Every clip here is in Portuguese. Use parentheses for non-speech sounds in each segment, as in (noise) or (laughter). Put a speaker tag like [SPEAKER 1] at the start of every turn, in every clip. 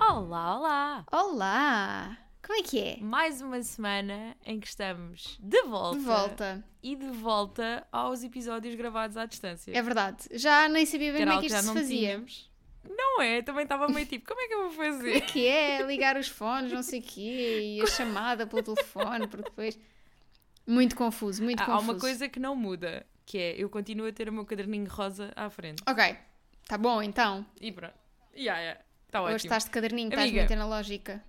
[SPEAKER 1] Olá, olá!
[SPEAKER 2] Olá! Como é que é?
[SPEAKER 1] Mais uma semana em que estamos de volta.
[SPEAKER 2] De volta.
[SPEAKER 1] E de volta aos episódios gravados à distância.
[SPEAKER 2] É verdade. Já nem sabia
[SPEAKER 1] Que
[SPEAKER 2] bem
[SPEAKER 1] era
[SPEAKER 2] como é
[SPEAKER 1] algo
[SPEAKER 2] que isto
[SPEAKER 1] já
[SPEAKER 2] se
[SPEAKER 1] não
[SPEAKER 2] fazia.
[SPEAKER 1] tínhamos. Não é? Também estava meio tipo, como é que eu vou fazer?
[SPEAKER 2] O que é? Ligar os fones, não sei o quê, e a chamada pelo telefone, porque depois. Muito confuso, muito
[SPEAKER 1] Há há
[SPEAKER 2] confuso.
[SPEAKER 1] uma coisa que não muda, que é eu continuo a ter o meu caderninho rosa à frente.
[SPEAKER 2] Ok, tá bom então.
[SPEAKER 1] E pronto. Yeah, yeah. Está ótimo.
[SPEAKER 2] Hoje estás de caderninho, estás
[SPEAKER 1] Amiga.
[SPEAKER 2] muito analógica.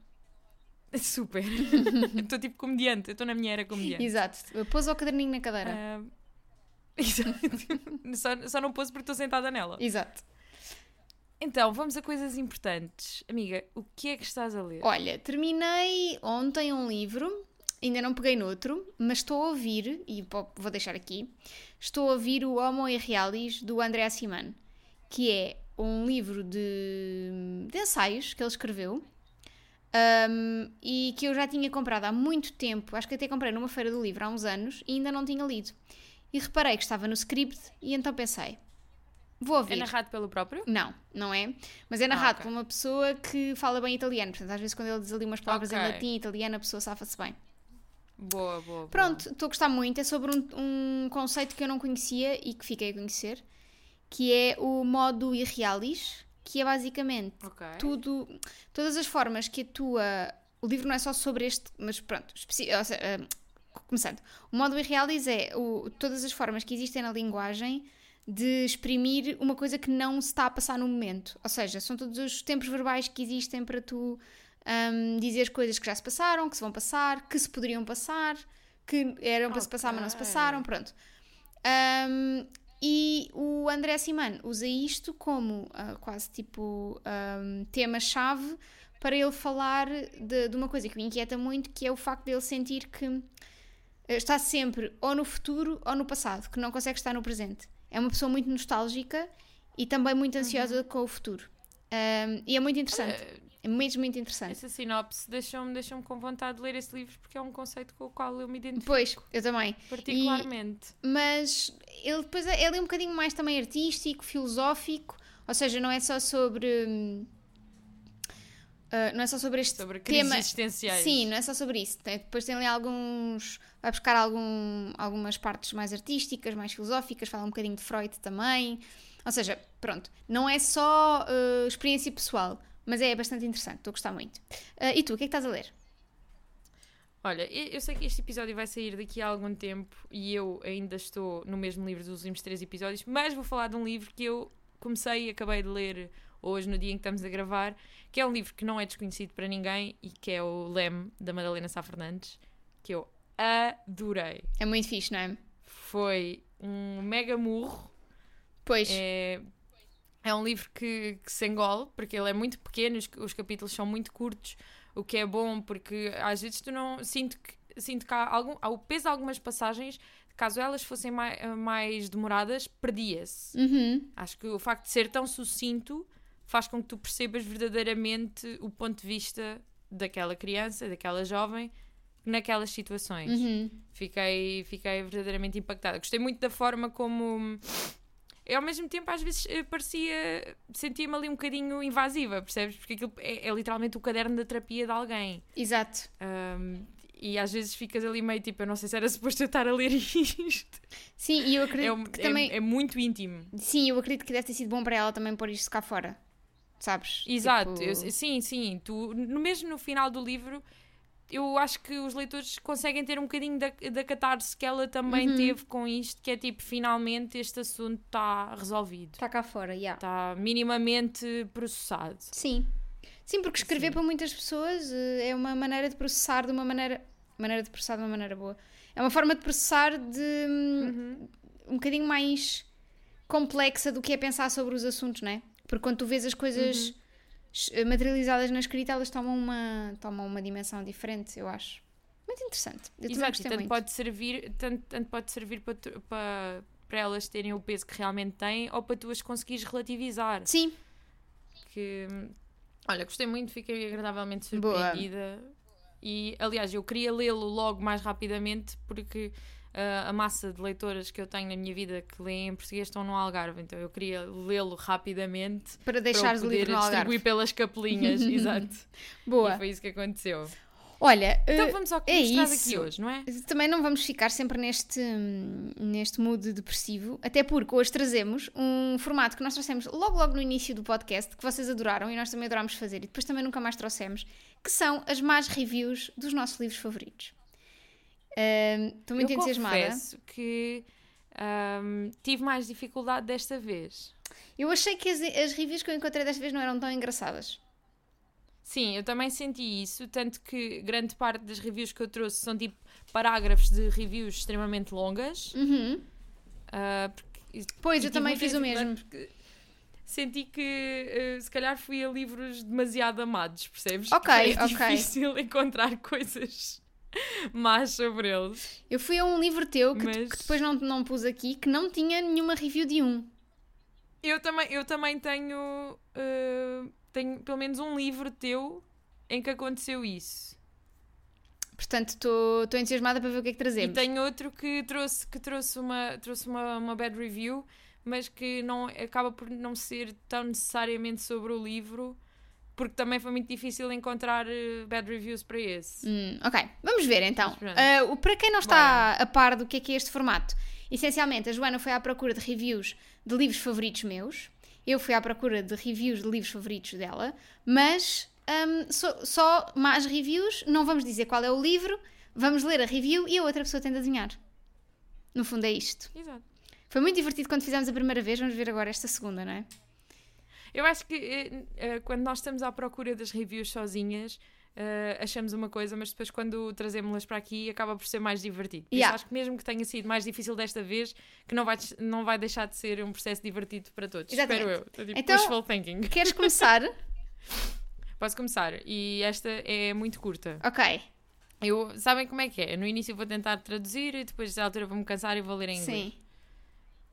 [SPEAKER 1] (laughs)
[SPEAKER 2] (laughs)
[SPEAKER 1] Super. Eu Estou tipo comediante, eu estou na minha era comediante.
[SPEAKER 2] Exato. Pôs o caderninho na cadeira.
[SPEAKER 1] Ah, (laughs) exato. só, só não pôs porque estou sentada nela.
[SPEAKER 2] Exato.
[SPEAKER 1] Então, vamos a coisas importantes. Amiga, o que é que estás a ler?
[SPEAKER 2] Olha, terminei ontem um livro, ainda não peguei noutro, mas estou a ouvir, e po- vou deixar aqui, estou a ouvir o Homo e Realis, do André Siman, que é um livro de, de ensaios que ele escreveu ahm, e que eu já tinha comprado há muito tempo, acho que até comprei numa feira do livro há uns anos e ainda não tinha lido. E reparei que estava no script e então pensei, vou
[SPEAKER 1] É
[SPEAKER 2] ouvir.
[SPEAKER 1] narrado pelo próprio?
[SPEAKER 2] Não, não é? Mas é narrado
[SPEAKER 1] Ah, ok.
[SPEAKER 2] por uma pessoa que fala bem italiano. Portanto, às vezes quando ele diz ali umas palavras em
[SPEAKER 1] Ok.
[SPEAKER 2] latim e italiano, a pessoa safa-se bem.
[SPEAKER 1] Boa, boa. boa.
[SPEAKER 2] Pronto, estou a gostar muito. É sobre um, um conceito que eu não conhecia e que fiquei a conhecer, que é o modo irrealis, que é basicamente
[SPEAKER 1] Ok.
[SPEAKER 2] tudo, todas as formas que atua. O livro não é só sobre este, mas pronto, especi- ou seja, hum, começando. O modo irrealis é o, todas as formas que existem na linguagem de exprimir uma coisa que não se está a passar no momento. Ou seja, são todos os tempos verbais que existem para tu hum, dizer coisas que já se passaram, que se vão passar, que se poderiam passar, que eram para se passar, mas não se
[SPEAKER 1] Ok.
[SPEAKER 2] passaram, pronto. Hum, e o André Siman usa isto como ah, quase tipo ahm, tema-chave para ele falar de, de uma coisa que me inquieta muito, que é o facto dele sentir que eh, está sempre ou no futuro ou no passado, que não consegue estar no presente. É uma pessoa muito nostálgica e também muito
[SPEAKER 1] Uhum.
[SPEAKER 2] ansiosa com o futuro. Ahm, e é muito interessante. É mesmo muito interessante.
[SPEAKER 1] Essa sinopse deixou-me deixou com vontade de ler esse livro porque é um conceito com o qual eu me identifico
[SPEAKER 2] Pois, eu também.
[SPEAKER 1] particularmente.
[SPEAKER 2] mas ele depois é, ele é um bocadinho mais também artístico, filosófico, ou seja, não é só sobre hum, ah, não é só sobre este
[SPEAKER 1] Sobre crises
[SPEAKER 2] tema.
[SPEAKER 1] existenciais.
[SPEAKER 2] Sim, não é só sobre isso. Tem- Depois tem ali alguns. Vai buscar algum, algumas partes mais artísticas, mais filosóficas, fala um bocadinho de Freud também. Ou seja, pronto, não é só ah, experiência pessoal, mas é bastante interessante, estou a gostar muito. Ah, e tu, o que é que estás a ler?
[SPEAKER 1] Olha, e- eu sei que este episódio vai sair daqui a algum tempo e eu ainda estou no mesmo livro dos últimos três episódios, mas vou falar de um livro que eu comecei e acabei de ler hoje, no dia em que estamos a gravar, que é um livro que não é desconhecido para ninguém e que é o Leme, da Madalena Sá Fernandes, que eu adorei.
[SPEAKER 2] É muito fixe, não é?
[SPEAKER 1] Foi um mega murro.
[SPEAKER 2] Pois,
[SPEAKER 1] É, é um livro que, que se engole, porque ele é muito pequeno, os, os capítulos são muito curtos, o que é bom, porque às vezes tu não. Sinto que, sinto que há, algum, há o peso de algumas passagens, caso elas fossem mais, mais demoradas, perdia-se.
[SPEAKER 2] Uhum.
[SPEAKER 1] Acho que o facto de ser tão sucinto faz com que tu percebas verdadeiramente o ponto de vista daquela criança, daquela jovem, naquelas situações.
[SPEAKER 2] Uhum.
[SPEAKER 1] Fiquei, fiquei verdadeiramente impactada. Gostei muito da forma como. Eu, ao mesmo tempo, às vezes eh, parecia. sentia-me ali um bocadinho invasiva, percebes? Porque aquilo é, é literalmente o caderno da terapia de alguém.
[SPEAKER 2] exato.
[SPEAKER 1] Ahm, e às vezes ficas ali meio tipo, eu não sei se era suposto eu estar a ler (laughs) isto.
[SPEAKER 2] Sim, e eu acredito
[SPEAKER 1] É, um-
[SPEAKER 2] que
[SPEAKER 1] é-
[SPEAKER 2] também.
[SPEAKER 1] é muito íntimo.
[SPEAKER 2] Sim, eu acredito que deve ter sido bom para ela também pôr isto cá fora. Sabes?
[SPEAKER 1] Exato,
[SPEAKER 2] Tipo,
[SPEAKER 1] eu- sim, sim. Tu, no, mesmo no final do livro, eu acho que os leitores conseguem ter um bocadinho da, da catarse que ela
[SPEAKER 2] Uhum.
[SPEAKER 1] também teve com isto, que é tipo, finalmente este assunto está resolvido,
[SPEAKER 2] Está cá fora, já.
[SPEAKER 1] está minimamente processado.
[SPEAKER 2] Sim. Sim, porque escrever para muitas pessoas eh, é uma maneira de processar de uma maneira. Maneira de processar de uma maneira boa. É uma forma de processar de.
[SPEAKER 1] Uhum.
[SPEAKER 2] hum, um bocadinho mais complexa do que é pensar sobre os assuntos, não é? Porque quando tu vês as
[SPEAKER 1] Uhum.
[SPEAKER 2] coisas es- eh, materializadas na escrita, elas tomam uma, tomam uma dimensão diferente, eu acho. Muito interessante. Eu também
[SPEAKER 1] Exato, e
[SPEAKER 2] gostei
[SPEAKER 1] tanto
[SPEAKER 2] muito.
[SPEAKER 1] pode servir, tanto, tanto pode servir para, tu- para, para elas terem o peso que realmente têm ou para tu as conseguires relativizar.
[SPEAKER 2] Sim,
[SPEAKER 1] que olha, gostei muito, fiquei agradavelmente
[SPEAKER 2] Boa.
[SPEAKER 1] surpreendida. E aliás, eu queria lê-lo logo mais rapidamente porque ah, a massa de leitoras que eu tenho na minha vida que leem em português estão no Algarve, então eu queria lê-lo rapidamente
[SPEAKER 2] Para deixares
[SPEAKER 1] para o
[SPEAKER 2] o
[SPEAKER 1] poder
[SPEAKER 2] livro no
[SPEAKER 1] distribuir
[SPEAKER 2] Algarve.
[SPEAKER 1] pelas
[SPEAKER 2] (laughs)
[SPEAKER 1] capelinhas, exato. E
[SPEAKER 2] Boa.
[SPEAKER 1] foi isso que aconteceu.
[SPEAKER 2] Olha,
[SPEAKER 1] Então
[SPEAKER 2] eh,
[SPEAKER 1] vamos ao que
[SPEAKER 2] é
[SPEAKER 1] nos traz aqui
[SPEAKER 2] isso.
[SPEAKER 1] hoje, não é?
[SPEAKER 2] Também não vamos ficar sempre neste, hum, neste mood depressivo, até porque hoje trazemos um formato que nós trouxemos logo logo no início do podcast, que vocês adoraram e nós também adorámos fazer e depois também nunca mais trouxemos, que são as más reviews dos nossos livros favoritos. Hum, Estou muito
[SPEAKER 1] eu
[SPEAKER 2] entusiasmada.
[SPEAKER 1] confesso que ahm, tive mais dificuldade desta vez.
[SPEAKER 2] Eu achei que as, as reviews que eu encontrei desta vez não eram tão engraçadas.
[SPEAKER 1] Sim, eu também senti isso, tanto que grande parte das reviews que eu trouxe são tipo parágrafos de reviews extremamente longas.
[SPEAKER 2] Uhum.
[SPEAKER 1] ah, porque- e
[SPEAKER 2] Pois, eu
[SPEAKER 1] tive
[SPEAKER 2] também
[SPEAKER 1] muita
[SPEAKER 2] fiz o
[SPEAKER 1] dificuldade
[SPEAKER 2] mesmo.
[SPEAKER 1] porque Senti que ah, se calhar fui a livros demasiado amados, percebes?
[SPEAKER 2] Ok,
[SPEAKER 1] Que é
[SPEAKER 2] ok.
[SPEAKER 1] difícil (laughs) encontrar coisas más sobre eles.
[SPEAKER 2] Eu fui a um livro teu que,
[SPEAKER 1] Mas-
[SPEAKER 2] que depois não, não pus aqui, que não tinha nenhuma review de um.
[SPEAKER 1] Eu também, eu também tenho, ah, tenho pelo menos um livro teu em que aconteceu isso.
[SPEAKER 2] Portanto, estou entusiasmada para ver o que é que
[SPEAKER 1] E
[SPEAKER 2] trazemos.
[SPEAKER 1] tem outro que trouxe, que trouxe, uma, trouxe uma, uma bad review, mas que não, acaba por não ser tão necessariamente sobre o livro, porque também foi muito difícil encontrar eh, bad reviews para esse.
[SPEAKER 2] Hum, ok, vamos ver então.
[SPEAKER 1] Mas pronto.
[SPEAKER 2] Ah, o- para quem não está a par do que é que é este formato, essencialmente a Joana foi à procura de reviews de livros favoritos meus, eu fui à procura de reviews de livros favoritos dela, mas hum, só, só mais reviews, não vamos dizer qual é o livro, vamos ler a review e a outra pessoa tem de adivinhar. No fundo é isto.
[SPEAKER 1] Exato.
[SPEAKER 2] Foi muito divertido quando fizemos a primeira vez, vamos ver agora esta segunda, não é?
[SPEAKER 1] Eu acho que eh, eh, quando nós estamos à procura das reviews sozinhas, eh, achamos uma coisa, mas depois quando trazemos-las para aqui acaba por ser mais divertido. Por isso
[SPEAKER 2] Yeah.
[SPEAKER 1] acho que mesmo que tenha sido mais difícil desta vez, que não vai, não vai deixar de ser um processo divertido para todos. Espero
[SPEAKER 2] Exatamente.
[SPEAKER 1] eu. Tipo,
[SPEAKER 2] Então-
[SPEAKER 1] wishful thinking.
[SPEAKER 2] Queres começar?
[SPEAKER 1] Posso começar? E esta é muito curta.
[SPEAKER 2] ok,
[SPEAKER 1] Eu, sabem como é que é? No início vou tentar traduzir e depois, da altura, vou-me cansar e vou ler em inglês.
[SPEAKER 2] sim.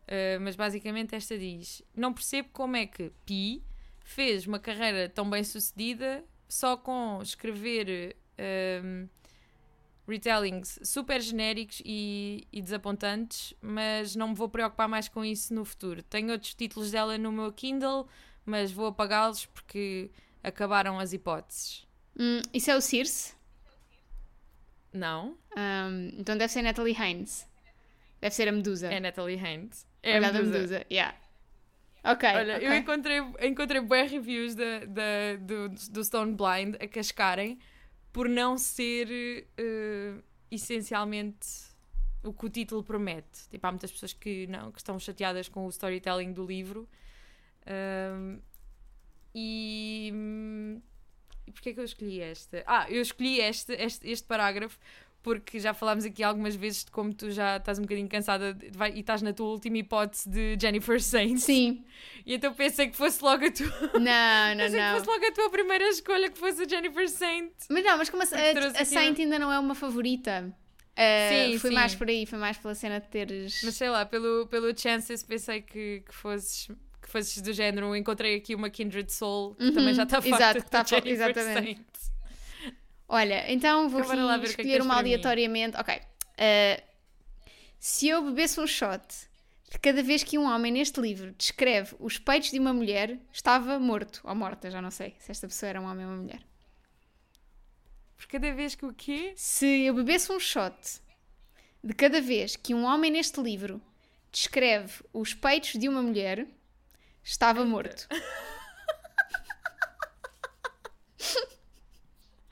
[SPEAKER 1] Uh, mas basicamente esta diz: Não percebo como é que Pi fez uma carreira tão bem sucedida só com escrever um, retellings super genéricos e, e desapontantes, mas não me vou preocupar mais com isso no futuro. Tenho outros títulos dela no meu Kindle, mas vou apagá-los porque acabaram as hipóteses.
[SPEAKER 2] Hum, isso é o Circe?
[SPEAKER 1] Não?
[SPEAKER 2] Hum, então deve ser Natalie Haynes. Deve ser a Medusa.
[SPEAKER 1] É Natalie Haynes. É
[SPEAKER 2] Olha,
[SPEAKER 1] a Medusa.
[SPEAKER 2] yeah. Ok.
[SPEAKER 1] Olha, eu
[SPEAKER 2] ok.
[SPEAKER 1] encontrei, encontrei boas reviews da, da- do, do Stone Blind a cascarem por não ser eh, essencialmente o que o título promete. Tipo, há muitas pessoas que, não, que estão chateadas com o storytelling do livro. Ahm, e. hum, E porquê é que eu escolhi esta? Ah, eu escolhi este, este, este parágrafo porque já falámos aqui algumas vezes de como tu já estás um bocadinho cansada de- vai- e estás na tua última hipótese de Jennifer Saints.
[SPEAKER 2] Sim.
[SPEAKER 1] E então pensei que fosse logo a tua, (laughs)
[SPEAKER 2] Não, não,
[SPEAKER 1] pensei assim. é que fosse
[SPEAKER 2] não.
[SPEAKER 1] logo a tua primeira escolha, que fosse a Jennifer Saint.
[SPEAKER 2] Mas não, mas como a,
[SPEAKER 1] Porque trouxe
[SPEAKER 2] a, a
[SPEAKER 1] aqui
[SPEAKER 2] Saint ainda não é uma favorita. Uh,
[SPEAKER 1] Sim,
[SPEAKER 2] foi
[SPEAKER 1] sim.
[SPEAKER 2] mais por aí, foi mais pela cena de teres.
[SPEAKER 1] Mas sei lá, pelo, pelo Chances pensei que, que fosses que fosses do género. Encontrei aqui uma Kindred Soul, que
[SPEAKER 2] Uhum,
[SPEAKER 1] também já está farta
[SPEAKER 2] exato, que
[SPEAKER 1] de
[SPEAKER 2] tá fa-
[SPEAKER 1] Jennifer
[SPEAKER 2] exatamente.
[SPEAKER 1] Saint.
[SPEAKER 2] Olha, então vou
[SPEAKER 1] Então bora lá ver
[SPEAKER 2] aqui
[SPEAKER 1] o que é que
[SPEAKER 2] escolher
[SPEAKER 1] tens
[SPEAKER 2] uma
[SPEAKER 1] para mim.
[SPEAKER 2] aleatoriamente. Ok. Uh, se eu bebesse um shot de cada vez que um homem neste livro descreve os peitos de uma mulher, estava morto ou morta, já não sei se esta pessoa era um homem ou uma mulher.
[SPEAKER 1] Por cada vez que o quê?
[SPEAKER 2] Se eu bebesse um shot de cada vez que um homem neste livro descreve os peitos de uma mulher, estava morto.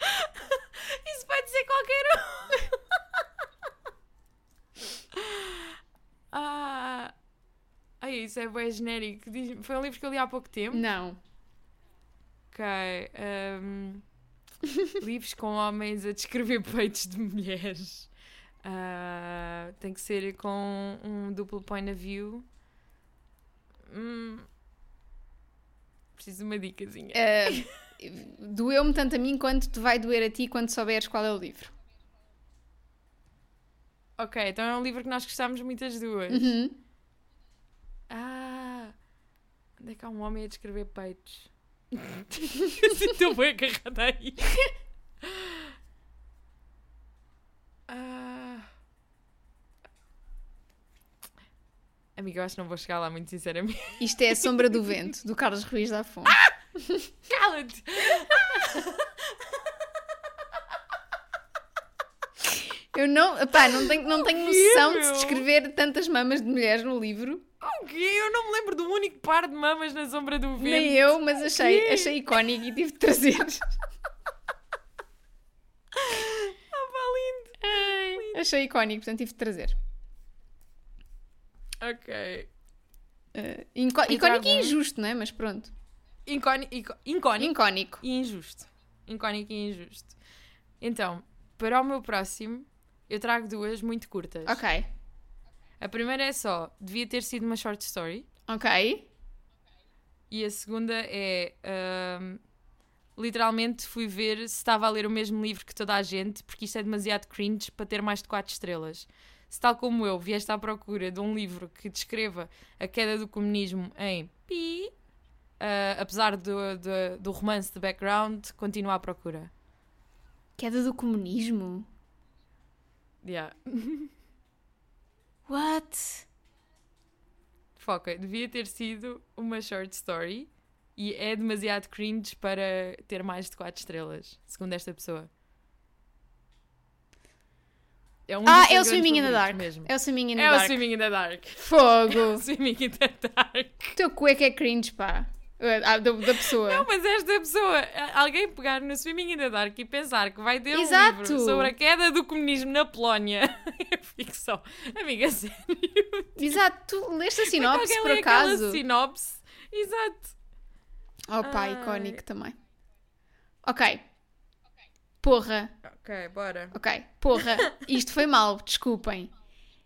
[SPEAKER 1] Isso vai dizer qualquer um. (laughs) ah, ai, isso é bem genérico. Diz- Foi um livro que eu li há pouco tempo.
[SPEAKER 2] Não.
[SPEAKER 1] Ok. hum, livros com homens a descrever peitos de mulheres. Ah, tem que ser com um duplo point of view. Hum, preciso de uma dicasinha.
[SPEAKER 2] Uh, Doeu-me tanto a mim quanto te vai doer a ti quando souberes qual é o livro.
[SPEAKER 1] Ok, então é um livro que nós gostámos muitas duas.
[SPEAKER 2] Uhum.
[SPEAKER 1] Ah, onde é que há um homem a descrever (laughs) peitos? Estou bem Então agarrada aí. Ah, Amiga, eu acho que não vou chegar lá, muito sinceramente.
[SPEAKER 2] Isto é a Sombra do Vento, do Carlos Ruiz da Fonte.
[SPEAKER 1] (laughs) Cala-te!
[SPEAKER 2] Eu não, epá, não tenho, não tenho noção de se
[SPEAKER 1] Horrível.
[SPEAKER 2] descrever tantas mamas de mulheres no livro.
[SPEAKER 1] O quê? Eu não me lembro do único par de mamas na sombra do vento.
[SPEAKER 2] Nem eu, mas achei, achei icónico e tive de trazer. (laughs)
[SPEAKER 1] Ah, pá,
[SPEAKER 2] Achei icónico, portanto tive de trazer.
[SPEAKER 1] lindo. Ok.
[SPEAKER 2] Eh, incó-
[SPEAKER 1] E
[SPEAKER 2] icónico
[SPEAKER 1] trago
[SPEAKER 2] e
[SPEAKER 1] um.
[SPEAKER 2] injusto, não é? Mas pronto.
[SPEAKER 1] Incóni- icó- Incónico
[SPEAKER 2] Icónico.
[SPEAKER 1] e injusto. Incónico e injusto. Então, para o meu próximo, eu trago duas muito curtas.
[SPEAKER 2] Ok.
[SPEAKER 1] A primeira é só, devia ter sido uma short story.
[SPEAKER 2] Ok.
[SPEAKER 1] E a segunda é. ahm, literalmente fui ver se estava a ler o mesmo livro que toda a gente, porque isto é demasiado cringe para ter mais de 4 estrelas. Se, tal como eu, vieste à procura de um livro que descreva a queda do comunismo em pi, ah, apesar do, do, do romance de background, continuo à procura.
[SPEAKER 2] Queda do comunismo?
[SPEAKER 1] Yeah.
[SPEAKER 2] What?
[SPEAKER 1] Foca, devia ter sido uma short story e é demasiado cringe para ter mais de 4 estrelas, segundo esta pessoa. É um dos
[SPEAKER 2] Ah,
[SPEAKER 1] seus
[SPEAKER 2] é o
[SPEAKER 1] grandes
[SPEAKER 2] Swimming in the
[SPEAKER 1] favoritos
[SPEAKER 2] Dark.
[SPEAKER 1] Mesmo.
[SPEAKER 2] É o Swimming in the
[SPEAKER 1] É o
[SPEAKER 2] Dark.
[SPEAKER 1] Swimming in the Dark. (laughs)
[SPEAKER 2] Fogo. (laughs)
[SPEAKER 1] Swimming in the Dark.
[SPEAKER 2] O teu cueca é cringe, pá. Ah, da, da pessoa.
[SPEAKER 1] Não, mas esta pessoa, a- alguém pegar no Swimming in the Dark e pensar que vai ter
[SPEAKER 2] Exato.
[SPEAKER 1] um livro sobre a queda do comunismo na Polónia, (laughs) eu fico só, amiga, sério.
[SPEAKER 2] Exato. Tu leste
[SPEAKER 1] Como
[SPEAKER 2] a
[SPEAKER 1] é que
[SPEAKER 2] sinopse,
[SPEAKER 1] alguém
[SPEAKER 2] por
[SPEAKER 1] lê aquela
[SPEAKER 2] acaso?
[SPEAKER 1] Sinopse. Exato.
[SPEAKER 2] Oh pá,
[SPEAKER 1] Ai.
[SPEAKER 2] icónico também. Ok. Porra.
[SPEAKER 1] Ok, bora.
[SPEAKER 2] Ok. (laughs) Porra. Isto foi mal, desculpem.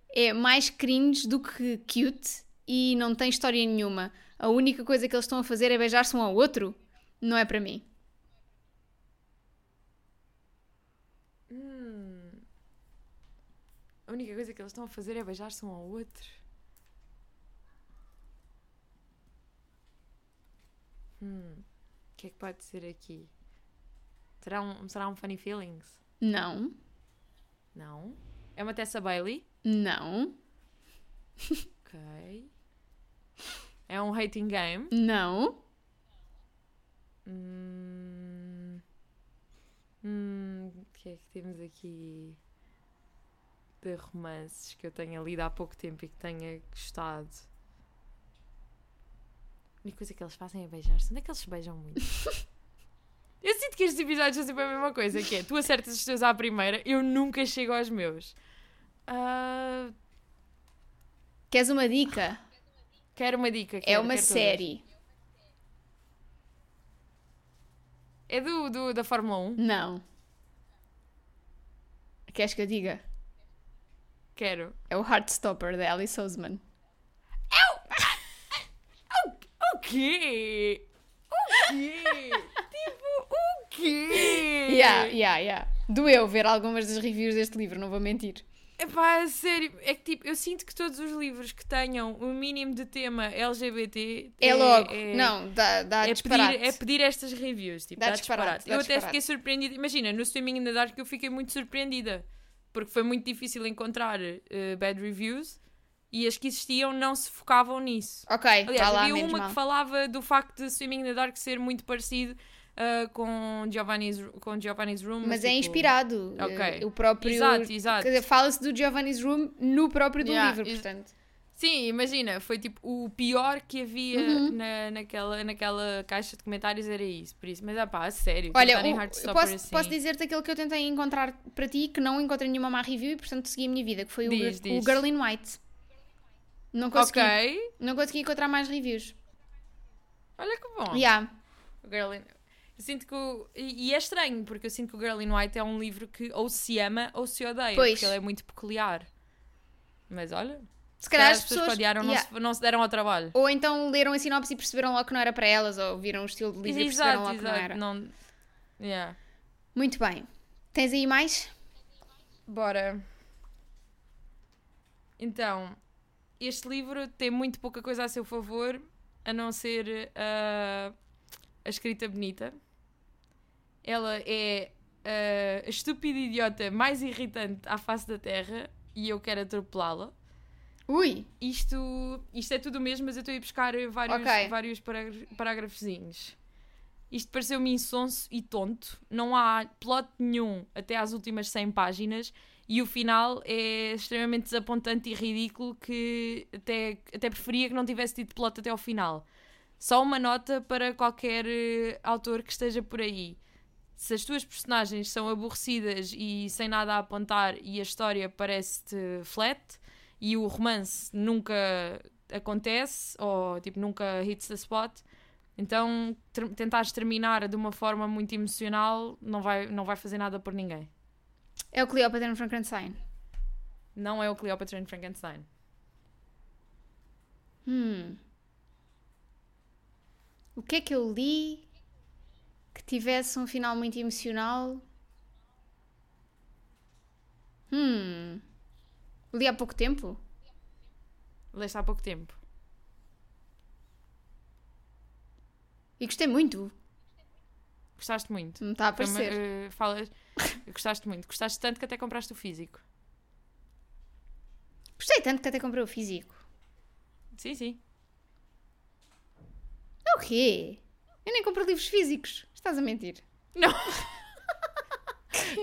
[SPEAKER 2] É mais cringe do que cute e não tem história nenhuma. A única coisa que eles estão a fazer é beijar-se um ao outro. Não é para mim.
[SPEAKER 1] Hum. A única coisa que eles estão a fazer é beijar-se um ao outro. Hum. O que é que pode ser aqui? Será um, será um Funny Feelings?
[SPEAKER 2] Não.
[SPEAKER 1] Não. É uma Tessa Bailey?
[SPEAKER 2] Não.
[SPEAKER 1] Ok. É um Hating Game?
[SPEAKER 2] Não.
[SPEAKER 1] Hum. Hum. O que é que temos aqui de romances que eu tenha lido há pouco tempo e que tenha gostado? A única coisa que eles fazem é beijar-se. Onde é que eles se beijam muito? (laughs) eu sinto que estes episódios são sempre a mesma coisa, que é tu acertas os teus à primeira, eu nunca chego aos meus. Ah,
[SPEAKER 2] Queres uma dica?
[SPEAKER 1] quero uma dica.
[SPEAKER 2] É
[SPEAKER 1] quero-
[SPEAKER 2] uma
[SPEAKER 1] quero todas.
[SPEAKER 2] série.
[SPEAKER 1] É do, do- da Fórmula 1?
[SPEAKER 2] Não. Queres que eu diga?
[SPEAKER 1] Quero.
[SPEAKER 2] É o Heartstopper da Alice Oseman.
[SPEAKER 1] O quê? O quê? (laughs) tipo, o quê?
[SPEAKER 2] Yeah, yeah, yeah. Doeu ver algumas das reviews deste livro, não vou mentir.
[SPEAKER 1] Epá, a sério, é que tipo, eu sinto que todos os livros que tenham o mínimo de tema LGBT
[SPEAKER 2] É, logo.
[SPEAKER 1] é-
[SPEAKER 2] não, dá, dá
[SPEAKER 1] é
[SPEAKER 2] disparate.
[SPEAKER 1] pedir, é pedir estas reviews, tipo,
[SPEAKER 2] Dá
[SPEAKER 1] dá,
[SPEAKER 2] disparate,
[SPEAKER 1] disparate.
[SPEAKER 2] dá
[SPEAKER 1] eu
[SPEAKER 2] disparate.
[SPEAKER 1] até fiquei surpreendida. Imagina, no Swimming in the Dark eu fiquei muito surpreendida porque foi muito difícil encontrar eh, bad reviews e as que existiam não se focavam nisso.
[SPEAKER 2] Ok,
[SPEAKER 1] Aliás,
[SPEAKER 2] vá Tá lá,
[SPEAKER 1] havia
[SPEAKER 2] menos
[SPEAKER 1] uma
[SPEAKER 2] mal.
[SPEAKER 1] que falava do facto de Swimming in the Dark ser muito parecido ah, com, Giovanni's, com Giovanni's Room.
[SPEAKER 2] Mas é
[SPEAKER 1] tipo,
[SPEAKER 2] inspirado.
[SPEAKER 1] Ok.
[SPEAKER 2] eh, O próprio.
[SPEAKER 1] Exato, exato.
[SPEAKER 2] Quer dizer, fala-se do Giovanni's Room no próprio do
[SPEAKER 1] Yeah,
[SPEAKER 2] livro,
[SPEAKER 1] ex-
[SPEAKER 2] portanto.
[SPEAKER 1] Sim, imagina, foi tipo o pior que havia
[SPEAKER 2] Uhum.
[SPEAKER 1] na, naquela, naquela caixa de comentários era isso, por isso. Mas, ah pá, a sério,
[SPEAKER 2] Olha,
[SPEAKER 1] tentarem
[SPEAKER 2] o- eu
[SPEAKER 1] Heartstopper
[SPEAKER 2] posso,
[SPEAKER 1] assim.
[SPEAKER 2] posso dizer-te aquele que eu tentei encontrar para ti que não encontrei nenhuma má review e, portanto, segui a minha vida, que foi o,
[SPEAKER 1] Diz,
[SPEAKER 2] Gir- o
[SPEAKER 1] diz.
[SPEAKER 2] Girl in White. Não consegui,
[SPEAKER 1] Ok,
[SPEAKER 2] não consegui encontrar mais reviews.
[SPEAKER 1] olha que bom.
[SPEAKER 2] Yeah.
[SPEAKER 1] O Girl in... Eu sinto que o... E e é estranho, porque eu sinto que o Girl in White é um livro que ou se ama ou se odeia,
[SPEAKER 2] Pois.
[SPEAKER 1] porque ele é muito peculiar. Mas olha,
[SPEAKER 2] Se calhar
[SPEAKER 1] as pessoas que odiaram não
[SPEAKER 2] yeah.
[SPEAKER 1] se- não se deram ao trabalho.
[SPEAKER 2] Ou então leram a sinopse e perceberam logo que não era para elas, ou viram o estilo de livro e perceberam logo que não era.
[SPEAKER 1] não- Yeah.
[SPEAKER 2] Muito bem. Tens aí mais?
[SPEAKER 1] Bora. Então, este livro tem muito pouca coisa a seu favor, a não ser ah, a escrita bonita. Ela é ah, a estúpida idiota mais irritante à face da Terra e eu quero atropelá-la.
[SPEAKER 2] Ui!
[SPEAKER 1] Isto, isto é tudo o mesmo, mas eu estou a ir buscar vários,
[SPEAKER 2] Ok.
[SPEAKER 1] vários parágrafos- parágrafozinhos. Isto pareceu-me insonso e tonto. Não há plot nenhum até às últimas 100 páginas e o final é extremamente desapontante e ridículo que até, até preferia que não tivesse tido plot até ao final. Só uma nota para qualquer eh, autor que esteja por aí. Se as tuas personagens são aborrecidas e sem nada a apontar e a história parece-te flat, e o romance nunca acontece ou tipo nunca hits the spot então ter tentares terminar de uma forma muito emocional não vai, não vai fazer nada por ninguém
[SPEAKER 2] É o Cleópatra no Frankenstein.
[SPEAKER 1] não é o Cleopatra and Frankenstein
[SPEAKER 2] Hum. O que é que eu li que tivesse um final muito emocional? Hum. Li há pouco tempo?
[SPEAKER 1] leste há pouco tempo
[SPEAKER 2] E gostei muito.
[SPEAKER 1] gostaste muito
[SPEAKER 2] Não está a
[SPEAKER 1] Foi uma-
[SPEAKER 2] aparecer.
[SPEAKER 1] eh, falas gostaste muito gostaste tanto que até compraste o físico
[SPEAKER 2] Gostei tanto que até comprei o físico.
[SPEAKER 1] sim sim
[SPEAKER 2] É o quê? Eu nem compro livros físicos. Estás a mentir.
[SPEAKER 1] não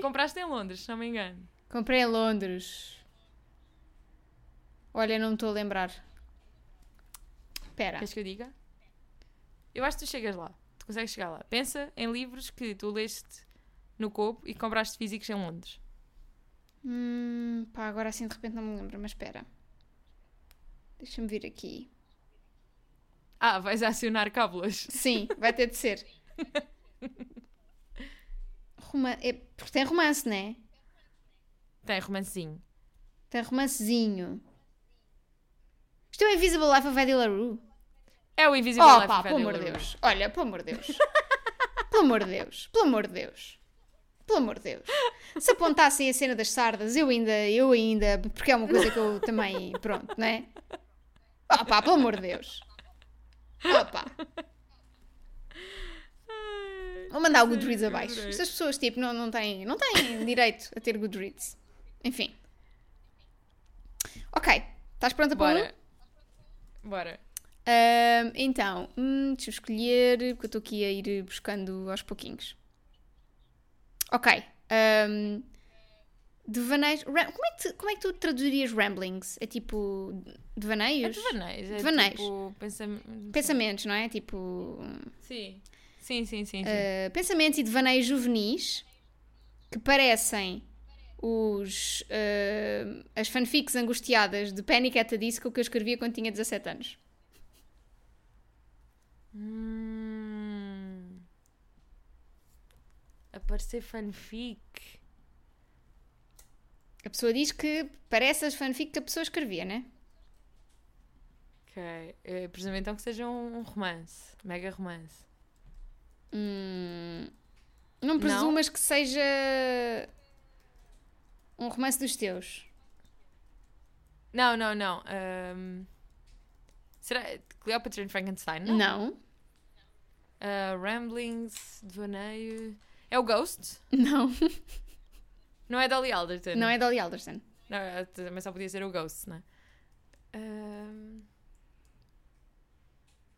[SPEAKER 1] compraste em Londres se não me engano
[SPEAKER 2] Comprei em Londres. Olha, não me estou a lembrar. Espera.
[SPEAKER 1] Queres que eu diga? Eu acho que tu chegas lá. Tu consegues chegar lá. Pensa em livros que tu leste no Cobo e compraste físicos em Londres.
[SPEAKER 2] Hum, pá, agora assim de repente não me lembro, mas espera. Deixa-me vir aqui.
[SPEAKER 1] Ah, vais acionar cábulas.
[SPEAKER 2] Sim, vai ter de ser. Roma- é- porque tem romance, né?
[SPEAKER 1] Tem romancezinho.
[SPEAKER 2] Tem romancezinho. Isto é o Invisible Life of Eddie LaRue.
[SPEAKER 1] É o Invisible
[SPEAKER 2] Oh
[SPEAKER 1] Life
[SPEAKER 2] pá,
[SPEAKER 1] of
[SPEAKER 2] pelo
[SPEAKER 1] Eddie
[SPEAKER 2] amor de
[SPEAKER 1] LaRue.
[SPEAKER 2] Deus. Olha, pelo amor de Deus. pelo amor de Deus. Pelo amor de Deus. Pelo amor de Deus. Se apontassem a cena das sardas, eu ainda, eu ainda, porque é uma coisa que eu também, pronto, não é? Oh pá, pelo amor de Deus. Oh pá. Vou mandar o Goodreads abaixo.
[SPEAKER 1] adorei.
[SPEAKER 2] Estas pessoas, tipo, não, não, têm, não têm (laughs) direito a ter Goodreads. Enfim. Ok. Estás pronta para um?
[SPEAKER 1] Bora. Bora.
[SPEAKER 2] Ahm, então, hum, deixa eu escolher, porque eu estou aqui a ir buscando aos pouquinhos. Ok. ahm, devaneios. ram- Como é, que tu, como é que tu traduzirias ramblings? É tipo.
[SPEAKER 1] É
[SPEAKER 2] Devaneios?
[SPEAKER 1] devaneios. É
[SPEAKER 2] Devaneios.
[SPEAKER 1] tipo pensam-
[SPEAKER 2] Pensamentos, não é? Tipo. hum,
[SPEAKER 1] Sim. Eh, Sim, sim, sim. sim.
[SPEAKER 2] ah, pensamentos e devaneios juvenis que parecem os, ah, as fanfics angustiadas de Panic at the Disco que eu escrevia quando tinha 17 anos.
[SPEAKER 1] Hum. Aparecer fanfic.
[SPEAKER 2] A pessoa diz que parece as fanfic que a pessoa escrevia, né?
[SPEAKER 1] Ok. Eh, presumo então que seja um um romance. Mega romance.
[SPEAKER 2] Hum, não presumas que seja um romance dos teus.
[SPEAKER 1] Não, não, não. Ahm, será Cleopatra and Frankenstein? Não.
[SPEAKER 2] Não, (laughs)
[SPEAKER 1] Ah, Ramblings, Devaneio. É o Ghost?
[SPEAKER 2] não,
[SPEAKER 1] Não é Dolly Alderton?
[SPEAKER 2] não é Dolly Alderson.
[SPEAKER 1] Não, eh, também só podia ser o Ghost, não é? Ahm,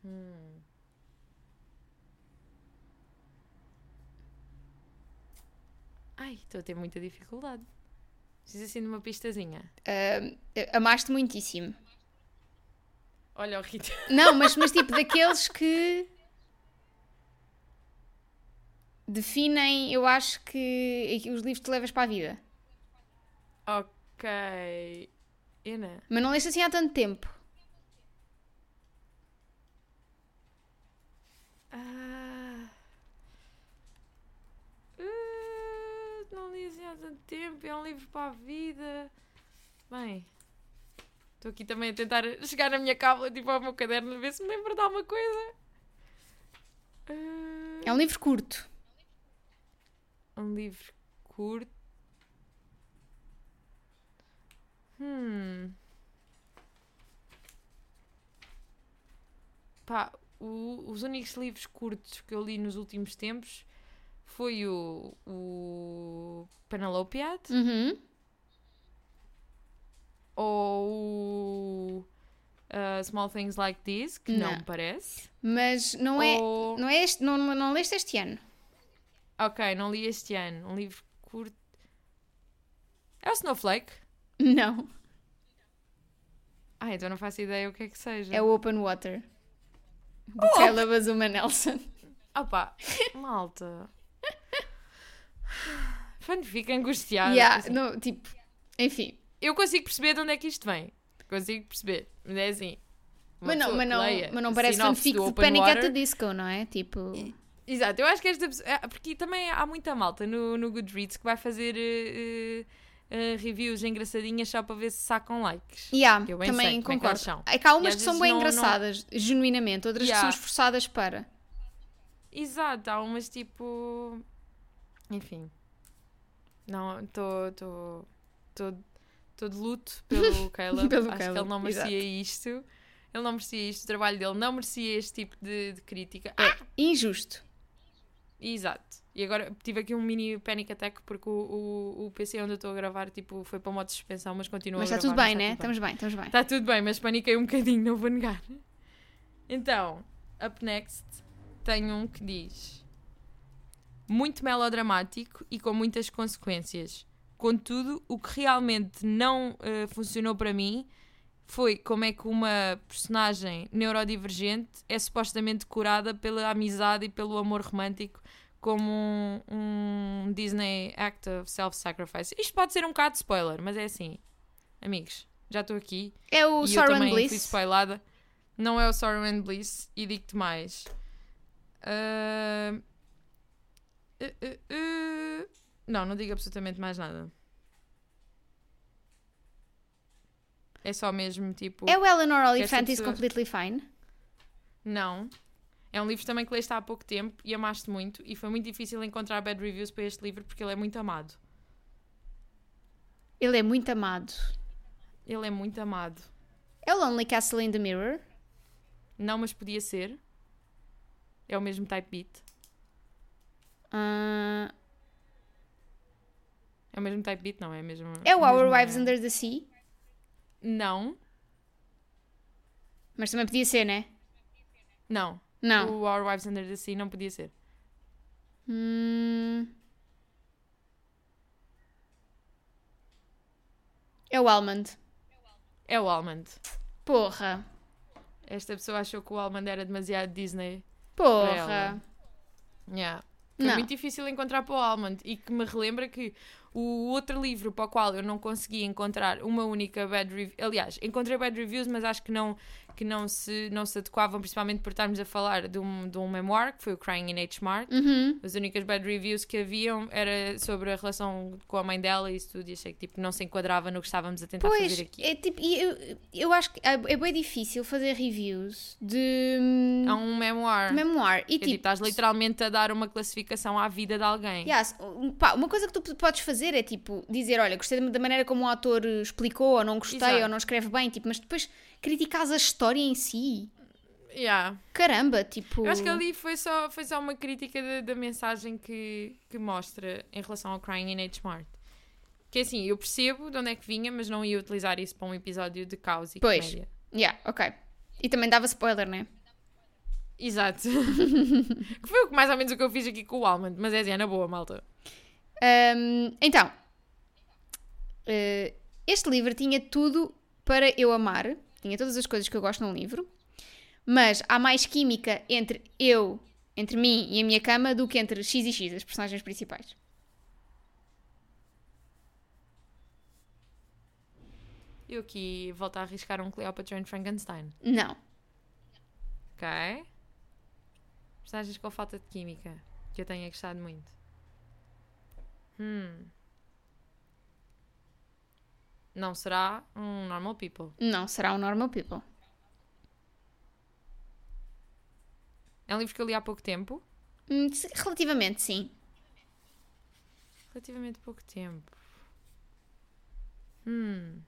[SPEAKER 1] hum. Ai, estou a ter muita dificuldade. Preciso assim de uma pistazinha.
[SPEAKER 2] Eh, Amaste muitíssimo.
[SPEAKER 1] Olha o Rita. (laughs)
[SPEAKER 2] Não, mas, mas tipo daqueles que definem, eu acho que os livros que levas para a vida.
[SPEAKER 1] Ok. Ina.
[SPEAKER 2] Mas não leste assim há tanto tempo.
[SPEAKER 1] Ah. Ah, não li assim há tanto tempo, é um livro para a vida. Bem, estou aqui também a tentar chegar na minha cábula, tipo ao meu caderno, ver se me lembro de alguma coisa. Ah,
[SPEAKER 2] É um livro curto.
[SPEAKER 1] um livro curto. Hum. Pá, o- os únicos livros curtos que eu li nos últimos tempos foi o, o Penelopead
[SPEAKER 2] Uhum.
[SPEAKER 1] ou o, uh, Small Things Like This, que não,
[SPEAKER 2] Não.
[SPEAKER 1] me parece.
[SPEAKER 2] Mas não é.
[SPEAKER 1] Ou-
[SPEAKER 2] Não, é este, não, não leste este ano.
[SPEAKER 1] Ok, não li este ano. Um livro curto. É o Snowflake?
[SPEAKER 2] Não.
[SPEAKER 1] Ah, então não faço ideia o que é que seja.
[SPEAKER 2] É o Open Water. Do
[SPEAKER 1] Oh!
[SPEAKER 2] Caleb
[SPEAKER 1] (laughs)
[SPEAKER 2] Azuma Nelson.
[SPEAKER 1] Opa, malta. Fun, fica angustiada.
[SPEAKER 2] Yeah,
[SPEAKER 1] Assim,
[SPEAKER 2] não, tipo, enfim.
[SPEAKER 1] Eu consigo perceber de onde é que isto vem. Consigo perceber. Mas é assim. uma
[SPEAKER 2] Mas não,
[SPEAKER 1] pessoa
[SPEAKER 2] mas
[SPEAKER 1] que
[SPEAKER 2] não,
[SPEAKER 1] leia
[SPEAKER 2] mas não
[SPEAKER 1] a
[SPEAKER 2] parece
[SPEAKER 1] sinopse
[SPEAKER 2] fanfic
[SPEAKER 1] do
[SPEAKER 2] de
[SPEAKER 1] Open
[SPEAKER 2] Panic at the
[SPEAKER 1] Water-
[SPEAKER 2] Disco, não é? Tipo,
[SPEAKER 1] Exato, eu acho que esta pessoa. ah, Porque também há muita malta no, no Goodreads que vai fazer eh, eh, eh, reviews engraçadinhas só para ver se sacam likes.
[SPEAKER 2] yeah,
[SPEAKER 1] Eu bem
[SPEAKER 2] também
[SPEAKER 1] sei como é que
[SPEAKER 2] concordo.
[SPEAKER 1] elas são.
[SPEAKER 2] É que há
[SPEAKER 1] E
[SPEAKER 2] umas
[SPEAKER 1] às
[SPEAKER 2] que são
[SPEAKER 1] vezes
[SPEAKER 2] bem
[SPEAKER 1] não- não-
[SPEAKER 2] engraçadas, genuinamente, outras
[SPEAKER 1] Yeah.
[SPEAKER 2] que são esforçadas para.
[SPEAKER 1] Exato, há umas tipo. Enfim. Não, estou. Estou de luto
[SPEAKER 2] (laughs)
[SPEAKER 1] pelo Caleb.
[SPEAKER 2] Pelo
[SPEAKER 1] Acho
[SPEAKER 2] Caleb,
[SPEAKER 1] que ele não merecia
[SPEAKER 2] exato.
[SPEAKER 1] isto. Ele não merecia isto. O trabalho dele não merecia este tipo de, de crítica. Ah,
[SPEAKER 2] É injusto.
[SPEAKER 1] exato. E agora tive aqui um mini panic attack porque o, o, o PC onde eu estou a gravar tipo, foi para o modo de suspensão, mas continua
[SPEAKER 2] Mas
[SPEAKER 1] a
[SPEAKER 2] está
[SPEAKER 1] gravar.
[SPEAKER 2] tudo bem, né?
[SPEAKER 1] mas tá
[SPEAKER 2] Estamos bem, estamos bem.
[SPEAKER 1] Está Tá tudo bem, mas paniquei um bocadinho, não vou negar. Então, up next, tenho um que diz: Muito melodramático e com muitas consequências. Contudo, o que realmente não eh, funcionou para mim foi como é que uma personagem neurodivergente é supostamente curada pela amizade e pelo amor romântico como um, um Disney act of self-sacrifice. Isto pode ser um bocado spoiler, mas é assim. Amigos, já estou aqui
[SPEAKER 2] É o
[SPEAKER 1] e eu
[SPEAKER 2] Soren
[SPEAKER 1] também fui
[SPEAKER 2] Bliss.
[SPEAKER 1] spoilada. Não é o Sorrow and Bliss. E digo-te mais. Ah, ah, ah, ah. Não, não digo absolutamente mais nada. É só mesmo tipo.
[SPEAKER 2] É o Eleanor
[SPEAKER 1] Esta
[SPEAKER 2] Oliphant is
[SPEAKER 1] pessoa-
[SPEAKER 2] completely fine.
[SPEAKER 1] Não. É um livro também que leste há pouco tempo e amaste muito. E foi muito difícil encontrar bad reviews para este livro porque ele é muito amado.
[SPEAKER 2] Ele é muito amado.
[SPEAKER 1] Ele é muito amado.
[SPEAKER 2] É o Lonely Castle in the Mirror.
[SPEAKER 1] Não, mas podia ser. É o mesmo type beat.
[SPEAKER 2] Ah,
[SPEAKER 1] É o mesmo type beat, não é? Mesmo,
[SPEAKER 2] é o Our
[SPEAKER 1] mesma-
[SPEAKER 2] Wives Under the Sea.
[SPEAKER 1] Não,
[SPEAKER 2] Mas também podia ser, né?
[SPEAKER 1] não.
[SPEAKER 2] Não.
[SPEAKER 1] O Our Wives Under the Sea não podia ser.
[SPEAKER 2] Hum. É o Almond.
[SPEAKER 1] É o Almond.
[SPEAKER 2] Porra.
[SPEAKER 1] Esta pessoa achou que o Almond era demasiado Disney.
[SPEAKER 2] Porra.
[SPEAKER 1] ela. Yeah. Foi
[SPEAKER 2] Não.
[SPEAKER 1] muito difícil encontrar para o Almond e que me relembra que o outro livro para o qual eu não consegui encontrar uma única bad review. Aliás, encontrei bad reviews, mas acho que não, que não, se, não se adequavam, principalmente por estarmos a falar de um, de um memoir, que foi o Crying in H. Mart.
[SPEAKER 2] Uhum.
[SPEAKER 1] As únicas bad reviews que haviam era sobre a relação com a mãe dela e isso tudo. E achei que tipo, não se enquadrava no que estávamos a tentar
[SPEAKER 2] Pois,
[SPEAKER 1] fazer aqui.
[SPEAKER 2] é tipo, e eu, eu acho que é, é bem difícil fazer reviews de hum,
[SPEAKER 1] É um memoir.
[SPEAKER 2] memoir.
[SPEAKER 1] É
[SPEAKER 2] E
[SPEAKER 1] tipo,
[SPEAKER 2] tipo,
[SPEAKER 1] estás literalmente a dar uma classificação à vida de alguém.
[SPEAKER 2] yes, um, pá, uma coisa que tu p- podes fazer é tipo dizer: olha, gostei da maneira como o autor eh, explicou, ou não gostei,
[SPEAKER 1] Exato.
[SPEAKER 2] ou não escreve bem, tipo, mas depois criticares a história em si.
[SPEAKER 1] Yeah.
[SPEAKER 2] Caramba, tipo.
[SPEAKER 1] Eu acho que é ali foi só, foi só uma crítica da, da mensagem que, que mostra em relação ao Crying in H. Mart. Que assim, eu percebo de onde é que vinha, mas não ia utilizar isso para um episódio de caos e
[SPEAKER 2] Pois.
[SPEAKER 1] comédia.
[SPEAKER 2] Yeah, ok. E também dava spoiler, né?
[SPEAKER 1] Exato. (laughs) que foi o que- mais ou menos o que eu fiz aqui com o Almond, mas é assim, é na boa, malta.
[SPEAKER 2] Ahm, então, eh, este livro tinha tudo para eu amar, tinha todas as coisas que eu gosto num livro, mas há mais química entre eu, entre mim e a minha cama, do que entre X e X, as personagens principais.
[SPEAKER 1] Eu aqui volto a arriscar um Cleopatra and Frankenstein.
[SPEAKER 2] Não.
[SPEAKER 1] Ok? Personagens com falta de química. Que eu tenha gostado muito. Hum. Não será um normal people.
[SPEAKER 2] Não, será o Normal People.
[SPEAKER 1] É um livro que eu li há pouco tempo.
[SPEAKER 2] Hum, se- Relativamente, sim.
[SPEAKER 1] Relativamente pouco tempo. Hum.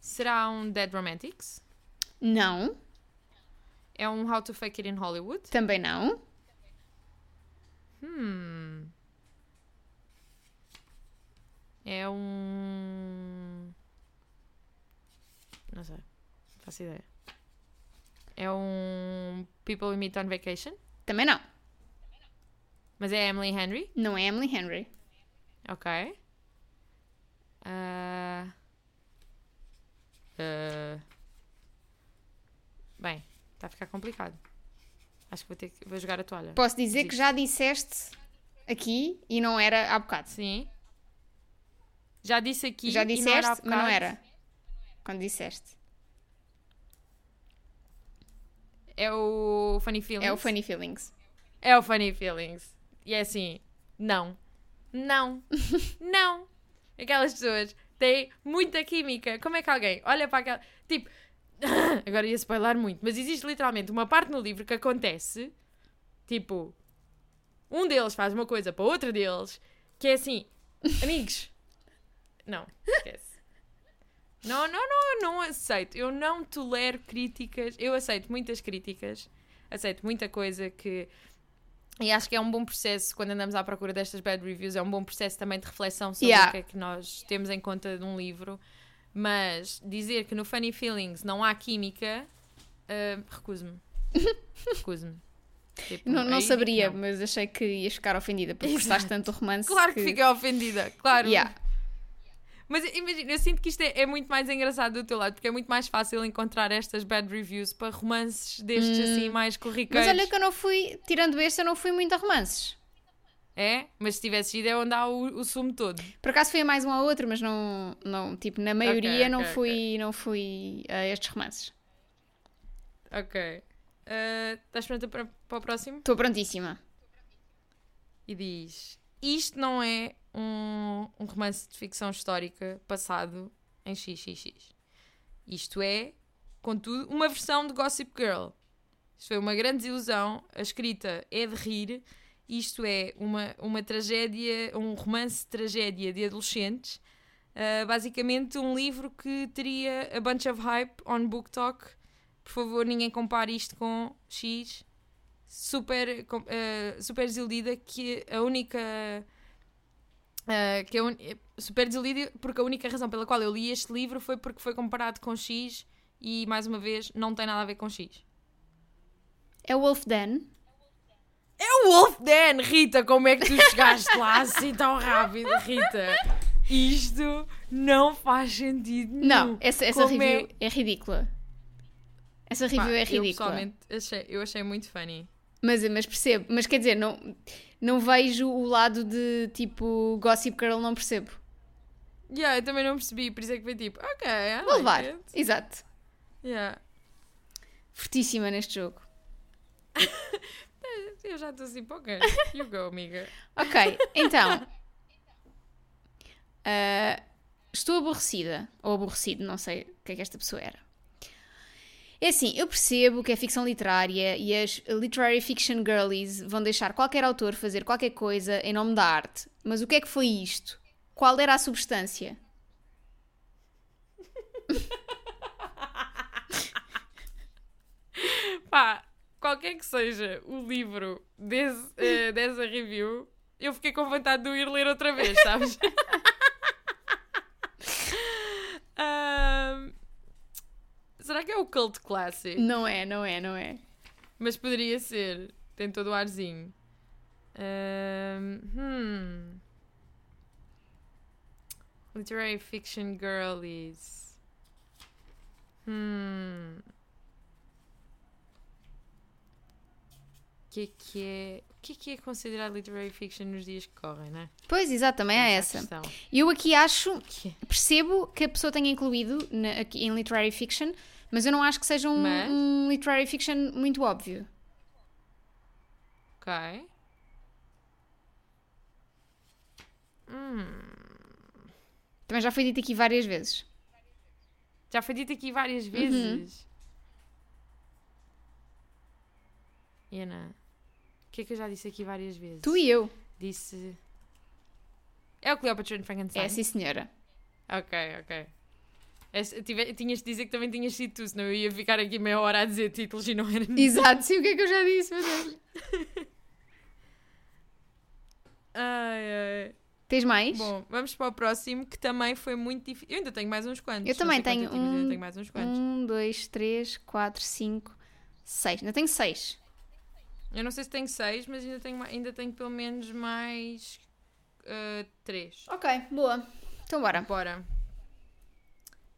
[SPEAKER 1] Será um Dead Romantics?
[SPEAKER 2] Não,
[SPEAKER 1] É um How to Fake It in Hollywood?
[SPEAKER 2] também não.
[SPEAKER 1] Hum. É um. Não sei. Não faço ideia. É um People We Meet on Vacation,
[SPEAKER 2] Também não.
[SPEAKER 1] mas é Emily Henry.
[SPEAKER 2] Não é Emily Henry.
[SPEAKER 1] Ok. Ah. Ah. Bem, está a ficar complicado. Acho que vou ter que vou jogar a toalha.
[SPEAKER 2] Posso dizer que já disseste aqui e não era há bocado.
[SPEAKER 1] Sim. Já disse aqui.
[SPEAKER 2] já
[SPEAKER 1] e não era há
[SPEAKER 2] disseste, mas não
[SPEAKER 1] bocado.
[SPEAKER 2] era. Quando disseste.
[SPEAKER 1] É o Funny Feelings.
[SPEAKER 2] É o Funny Feelings.
[SPEAKER 1] É o Funny Feelings. E é assim, não. Não.
[SPEAKER 2] (laughs)
[SPEAKER 1] não. Aquelas pessoas têm muita química. Como é que alguém olha para aquela. Tipo, (laughs) agora ia spoiler muito, mas existe literalmente uma parte no livro que acontece. Tipo, um deles faz uma coisa para outro deles que é assim, amigos. Não, esquece. Não, não, não, não aceito. Eu não tolero críticas. Eu aceito muitas críticas. Aceito muita coisa que. E acho que é um bom processo, quando andamos à procura destas bad reviews, é um bom processo também de reflexão sobre
[SPEAKER 2] Yeah.
[SPEAKER 1] o que é que nós temos em conta de um livro. Mas dizer que no Funny Feelings não há química, ah,
[SPEAKER 2] (laughs)
[SPEAKER 1] recuso-me. Recuso-me. Tipo,
[SPEAKER 2] Não, não
[SPEAKER 1] aí digo
[SPEAKER 2] saberia,
[SPEAKER 1] não.
[SPEAKER 2] mas achei que ias ficar ofendida porque gostaste tanto do romance.
[SPEAKER 1] Claro que fiquei ofendida, claro.
[SPEAKER 2] Yeah.
[SPEAKER 1] Mas imagina, eu sinto que isto é, é muito mais engraçado do teu lado, porque é muito mais fácil encontrar estas bad reviews para romances destes assim mais
[SPEAKER 2] Hum. Mas
[SPEAKER 1] corriqueiros.
[SPEAKER 2] olha que eu não fui, tirando este, eu não fui muito a romances.
[SPEAKER 1] É? Mas se tivesse ido é onde há o, o sumo todo.
[SPEAKER 2] Por acaso fui a mais um ou outro, mas não, não tipo, na maioria
[SPEAKER 1] Ok, ok,
[SPEAKER 2] não,
[SPEAKER 1] ok.
[SPEAKER 2] fui, não fui a estes romances.
[SPEAKER 1] Ok. Ah, estás pronta para, para o próximo?
[SPEAKER 2] Estou prontíssima.
[SPEAKER 1] E diz: Isto não é um, um romance de ficção histórica passado em XXX. Isto é, contudo, uma versão de Gossip Girl. Isto foi uma grande desilusão. A escrita é de rir. Isto é uma, uma tragédia, um romance de tragédia de adolescentes. Ah, basicamente, um livro que teria a bunch of hype on Book Talk. Por favor, ninguém compare isto com X super, com- eh, super desiludida que a única eh, que a un- eh, super desiludida porque a única razão pela qual eu li este livro foi porque foi comparado com X e mais uma vez não tem nada a ver com X
[SPEAKER 2] É o Wolf Den.
[SPEAKER 1] é o Wolf Den Rita como é que tu chegaste lá assim tão rápido Rita isto não faz sentido
[SPEAKER 2] Não,
[SPEAKER 1] nenhum.
[SPEAKER 2] essa, essa
[SPEAKER 1] Uh, Como
[SPEAKER 2] review é... ridícula. Essa
[SPEAKER 1] Pá,
[SPEAKER 2] review é
[SPEAKER 1] eu
[SPEAKER 2] ridícula.
[SPEAKER 1] pessoalmente achei, eu achei muito funny
[SPEAKER 2] Mas, mas percebo, mas quer dizer, não, não vejo o lado de tipo Gossip Girl, não percebo.
[SPEAKER 1] yeah, eu também não percebi por isso é que foi tipo ok I
[SPEAKER 2] Vou levar.
[SPEAKER 1] like it.
[SPEAKER 2] Exato.
[SPEAKER 1] Yeah.
[SPEAKER 2] Fortíssima neste jogo.
[SPEAKER 1] Eu já estou assim, ok, you go, amiga.
[SPEAKER 2] Ok, então. Ah, estou aborrecida. Ou aborrecido, não sei o que é que esta pessoa era. É assim, eu percebo que a ficção literária e as literary fiction girlies vão deixar qualquer autor fazer qualquer coisa em nome da arte. Mas o que é que foi isto? Qual era a substância?
[SPEAKER 1] Pá, qualquer que seja o livro desse, eh, dessa review, eu fiquei com vontade de o ir ler outra vez, sabes? (laughs) Ahm, será que é o Cult Classic?
[SPEAKER 2] Não é, não é, não é.
[SPEAKER 1] Mas poderia ser, tem todo o arzinho. Ahm, hmm. Literary fiction girlies. Hmm. O que é que é, o que é que é considerado literary fiction nos dias que correm, né?
[SPEAKER 2] Pois, exato, também é essa.
[SPEAKER 1] Questão.
[SPEAKER 2] Eu aqui acho,
[SPEAKER 1] Que-
[SPEAKER 2] percebo que a pessoa tenha incluído na- aqui em literary fiction, mas eu não acho que seja um,
[SPEAKER 1] Mas?
[SPEAKER 2] um literary fiction muito óbvio.
[SPEAKER 1] Ok. Hum.
[SPEAKER 2] Também já foi dito aqui várias vezes.
[SPEAKER 1] Já foi dito aqui
[SPEAKER 2] Uhum.
[SPEAKER 1] várias vezes. Iana, o que é que eu já disse aqui várias vezes?
[SPEAKER 2] Tu e eu.
[SPEAKER 1] Disse. É o Cleopatra and Frankenstein.
[SPEAKER 2] É, sim, senhora.
[SPEAKER 1] Ok, ok. Essa- tive- tinhas de dizer que também tinhas sido tu, senão eu ia ficar aqui meia hora a dizer títulos e não era nenhum.
[SPEAKER 2] (laughs) Exato, sim, o que é que eu já disse, meu Deus.
[SPEAKER 1] (laughs) Ai, ai.
[SPEAKER 2] Tens mais? Um,
[SPEAKER 1] Bom, vamos para o próximo que também foi muito difícil. Eu ainda tenho mais uns quantos.
[SPEAKER 2] Eu
[SPEAKER 1] não
[SPEAKER 2] também
[SPEAKER 1] sei quanto
[SPEAKER 2] tenho
[SPEAKER 1] tive, mas eu
[SPEAKER 2] um-
[SPEAKER 1] tenho mais uns quantos.
[SPEAKER 2] um, dois, três, quatro, cinco, seis. Ainda tenho seis.
[SPEAKER 1] Eu não sei se tenho seis, mas ainda tenho, ma- ainda tenho pelo menos mais ah, três.
[SPEAKER 2] Ok, boa. Então bora.
[SPEAKER 1] Bora.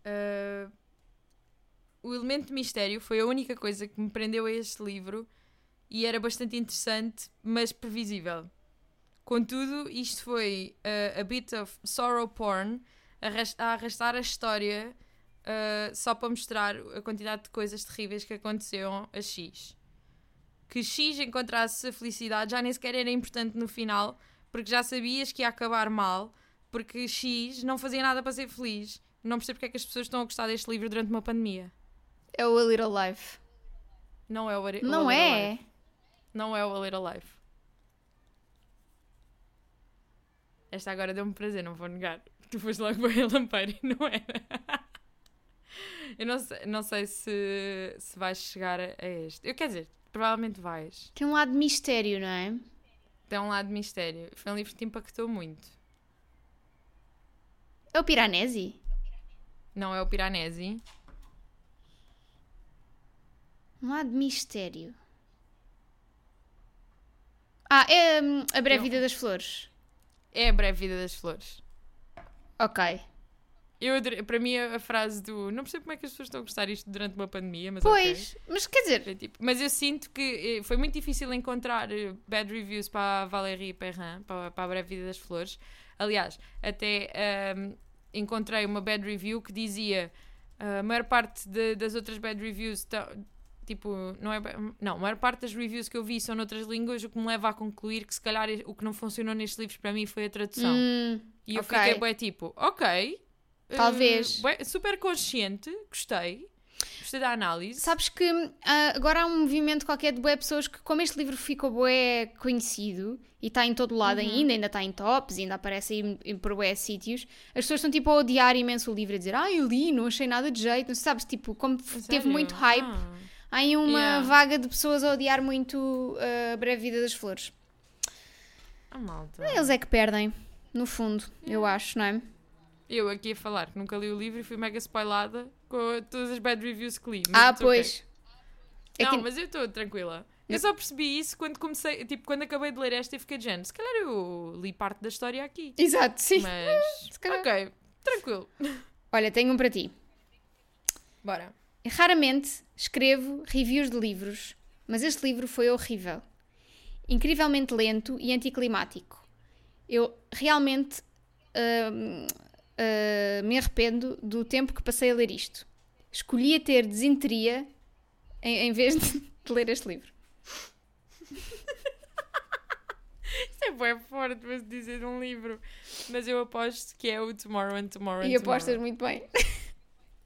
[SPEAKER 1] Ah, o elemento de mistério foi a única coisa que me prendeu a este livro e era bastante interessante, mas previsível. Contudo, isto foi ah, a bit of sorrow porn arras- a arrastar a história ah, só para mostrar a quantidade de coisas terríveis que aconteceram a X. Que X encontrasse a felicidade já nem sequer era importante no final, porque já sabias que ia acabar mal, porque X não fazia nada para ser feliz. Não percebo porque é que as pessoas estão a gostar deste livro durante uma pandemia.
[SPEAKER 2] É o A Little Life.
[SPEAKER 1] Não é o, Are- o
[SPEAKER 2] Não
[SPEAKER 1] A Little Life.
[SPEAKER 2] é?
[SPEAKER 1] Não é o A Little Life. Esta agora deu-me prazer, não vou negar. Tu foste logo (laughs) para a lampeira e não era. Eu não sei, não sei se, se vais chegar a a este. Eu quero dizer, provavelmente vais.
[SPEAKER 2] Tem um lado de mistério, não é?
[SPEAKER 1] Tem um lado de mistério. Foi um livro que te impactou muito.
[SPEAKER 2] É o Piranesi?
[SPEAKER 1] Não é o Piranesi.
[SPEAKER 2] Um lado de mistério. Ah, é hum, A Breve
[SPEAKER 1] Eu-
[SPEAKER 2] Vida das Flores.
[SPEAKER 1] É a breve vida das flores.
[SPEAKER 2] Ok.
[SPEAKER 1] Eu, adorei- para mim, a a frase do. Não percebo como é que as pessoas estão a gostar isto durante uma pandemia, mas. ok.
[SPEAKER 2] Pois, mas quer dizer,
[SPEAKER 1] É tipo- mas eu sinto que eh, foi muito difícil encontrar eh, bad reviews para a Valérie Perrin, para, para a Breve Vida das Flores. Aliás, até ahm, encontrei uma bad review que dizia ah, a maior parte de- das outras bad reviews tão- tipo, não é ba- não, a maior parte das reviews que eu vi são noutras línguas, o que me leva a concluir que se calhar o que não funcionou nestes livros para mim foi a tradução.
[SPEAKER 2] hum,
[SPEAKER 1] E eu
[SPEAKER 2] Ok.
[SPEAKER 1] fiquei bem tipo, ok. eh,
[SPEAKER 2] Talvez.
[SPEAKER 1] bué- super consciente, gostei. Gostei da análise.
[SPEAKER 2] sabes que ah, agora há um movimento qualquer de boé pessoas que, como este livro ficou boé conhecido e está em todo lado
[SPEAKER 1] Uhum.
[SPEAKER 2] ainda, ainda está em tops, ainda aparece aí em- por boé sítios, as pessoas estão tipo a odiar imenso o livro, a dizer, ah, eu li, não achei nada de jeito, não sei, sabes, tipo, como f- teve
[SPEAKER 1] Sério?
[SPEAKER 2] muito hype,
[SPEAKER 1] Ah.
[SPEAKER 2] há aí uma
[SPEAKER 1] Yeah.
[SPEAKER 2] vaga de pessoas a odiar muito ah, A Breve Vida das Flores.
[SPEAKER 1] Ah, malta.
[SPEAKER 2] Eles é que perdem, no fundo, eu
[SPEAKER 1] Hum.
[SPEAKER 2] acho, não é?
[SPEAKER 1] Eu aqui a falar que nunca li o livro e fui mega spoilada com todas as bad reviews então que li. mas
[SPEAKER 2] Ah,
[SPEAKER 1] it's ok.
[SPEAKER 2] pois. É
[SPEAKER 1] Não,
[SPEAKER 2] que-
[SPEAKER 1] mas eu estou tranquila.
[SPEAKER 2] Eu-
[SPEAKER 1] Eu só percebi isso quando comecei, tipo, quando acabei de ler esta e fiquei de género. Se calhar eu li parte da história aqui.
[SPEAKER 2] Exato, sim.
[SPEAKER 1] Mas.
[SPEAKER 2] (laughs) Se calhar.
[SPEAKER 1] Ok, tranquilo.
[SPEAKER 2] Olha, tenho um para ti.
[SPEAKER 1] Bora.
[SPEAKER 2] Raramente escrevo reviews de livros, mas este livro foi horrível. Incrivelmente lento e anticlimático. Eu realmente hum, hum, me arrependo do tempo que passei a ler isto. Escolhia ter desinteria em, em vez de, (laughs) de ler este livro.
[SPEAKER 1] Isso é bem forte, mas dizer de um livro. Mas eu aposto que é o Tomorrow and Tomorrow and
[SPEAKER 2] e apostas
[SPEAKER 1] Tomorrow. (laughs)
[SPEAKER 2] muito bem.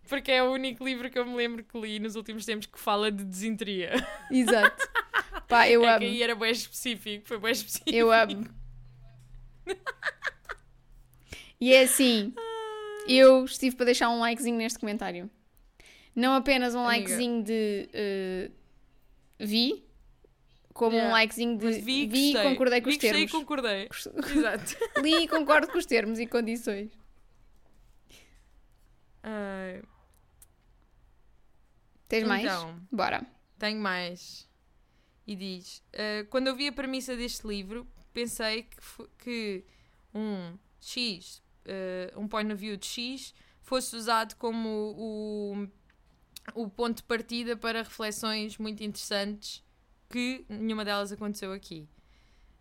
[SPEAKER 1] Porque é o único livro que eu me lembro que li nos últimos tempos que fala de
[SPEAKER 2] (laughs)
[SPEAKER 1] desinteria.
[SPEAKER 2] Exato. Pá, eu
[SPEAKER 1] é que
[SPEAKER 2] amo.
[SPEAKER 1] aí era bem específico, foi bem específico.
[SPEAKER 2] Eu amo. E é assim, eu estive para deixar um likezinho neste comentário. Não apenas um
[SPEAKER 1] Amiga.
[SPEAKER 2] likezinho de eh, vi, como um
[SPEAKER 1] Yeah.
[SPEAKER 2] likezinho de
[SPEAKER 1] Mas vi, e
[SPEAKER 2] vi e
[SPEAKER 1] gostei.
[SPEAKER 2] concordei
[SPEAKER 1] Vi,
[SPEAKER 2] com os
[SPEAKER 1] gostei e
[SPEAKER 2] termos.
[SPEAKER 1] concordei.
[SPEAKER 2] Gost-
[SPEAKER 1] Exato.
[SPEAKER 2] (laughs) Li e concordo com os termos e condições.
[SPEAKER 1] Ai,
[SPEAKER 2] Tens mais?
[SPEAKER 1] Ah, Então.
[SPEAKER 2] Bora.
[SPEAKER 1] tenho mais. E diz: "Ah, Quando eu vi a premissa deste livro, pensei que, fo- que um X, ah, um point of view de X, fosse usado como o, o ponto de partida para reflexões muito interessantes, que nenhuma delas aconteceu aqui.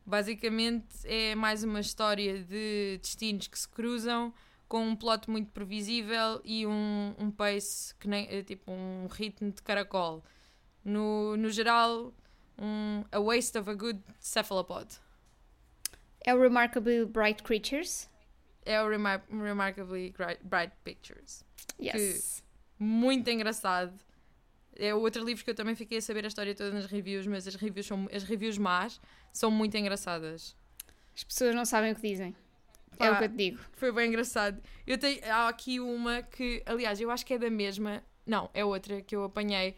[SPEAKER 1] Basicamente, é mais uma história de destinos que se cruzam, com um plot muito previsível e um, um pace, que nem, eh, tipo um ritmo de caracol. No, no geral, um, a waste of a good cephalopod.
[SPEAKER 2] É o Remarkable Bright Creatures.
[SPEAKER 1] É o Remar- Remarkably Gri- Bright Pictures.
[SPEAKER 2] Yes.
[SPEAKER 1] Muito engraçado. É outro livro que eu também fiquei a saber a história toda nas reviews, mas as reviews, são, as reviews más são muito engraçadas.
[SPEAKER 2] As pessoas não sabem o que dizem. É o
[SPEAKER 1] Pá.
[SPEAKER 2] que eu te digo.
[SPEAKER 1] Foi bem engraçado. Eu tenho, há aqui uma que, aliás, eu acho que é da mesma. Não, é outra que eu apanhei,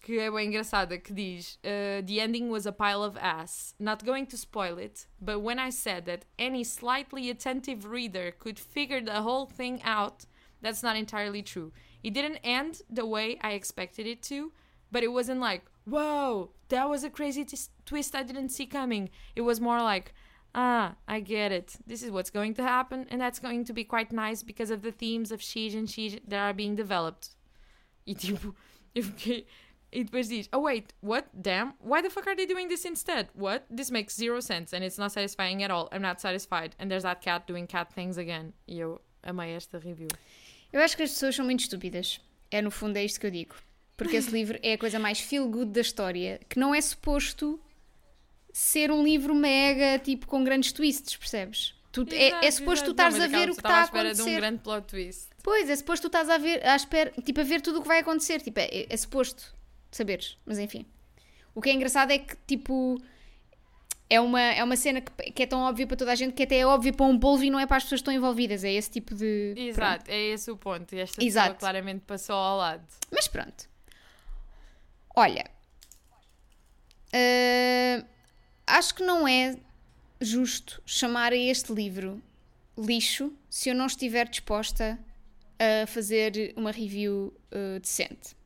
[SPEAKER 1] que é bem engraçada, que diz uh, The ending was a pile of ass. Not going to spoil it, but when I said that any slightly attentive reader could figure the whole thing out, that's not entirely true. It didn't end the way I expected it to, but it wasn't like, whoa, that was a crazy tis- twist I didn't see coming. It was more like, ah, I get it. This is what's going to happen, and that's going to be quite nice because of the themes of Shij and Shij that are being developed. E tipo, (laughs) eu fiquei. E depois diz, oh wait, what? Damn, why the fuck are they doing this instead? What? This makes zero sense and it's not satisfying at all. I'm not satisfied. And there's that cat doing cat things again. E eu amei esta review.
[SPEAKER 2] Eu acho que as pessoas são muito estúpidas. É, no fundo, é isto que eu digo.
[SPEAKER 1] (laughs)
[SPEAKER 2] Porque esse livro é a coisa mais feel good da história, que não é suposto ser um livro mega, tipo, com grandes twists, percebes? Tu, é- é,
[SPEAKER 1] Exato,
[SPEAKER 2] suposto tu
[SPEAKER 1] exato. Não,
[SPEAKER 2] estares
[SPEAKER 1] mas
[SPEAKER 2] a ver
[SPEAKER 1] aquela
[SPEAKER 2] o que
[SPEAKER 1] pessoa
[SPEAKER 2] está a
[SPEAKER 1] estava à espera de um
[SPEAKER 2] acontecer.
[SPEAKER 1] grande plot twist.
[SPEAKER 2] Pois, é suposto tu estás a ver, à espera, tipo, a ver tudo o que vai acontecer. Tipo, é, é- é suposto saberes, mas enfim. O que é engraçado é que, tipo, é uma, é uma cena que, que é tão óbvia para toda a gente que até é óbvia para um polvo e não é para as pessoas que estão envolvidas. É esse tipo de. pronto.
[SPEAKER 1] Exato, é esse o ponto. E esta pessoa
[SPEAKER 2] Exato.
[SPEAKER 1] claramente passou ao lado.
[SPEAKER 2] Mas pronto. Olha. ah, acho que não é justo chamar a este livro lixo se eu não estiver disposta a fazer uma review ah, decente.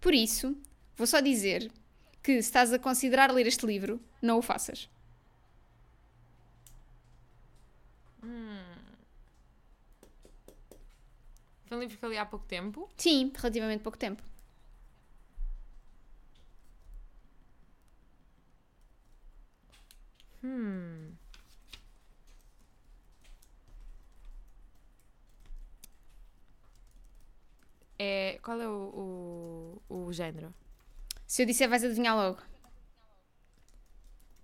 [SPEAKER 2] Por isso, vou só dizer que se estás a considerar ler este livro, não o faças.
[SPEAKER 1] Foi um livro que eu li há pouco tempo.
[SPEAKER 2] Sim, relativamente pouco tempo.
[SPEAKER 1] É... Qual é o, o, o género?
[SPEAKER 2] Se eu disser, vais adivinhar logo.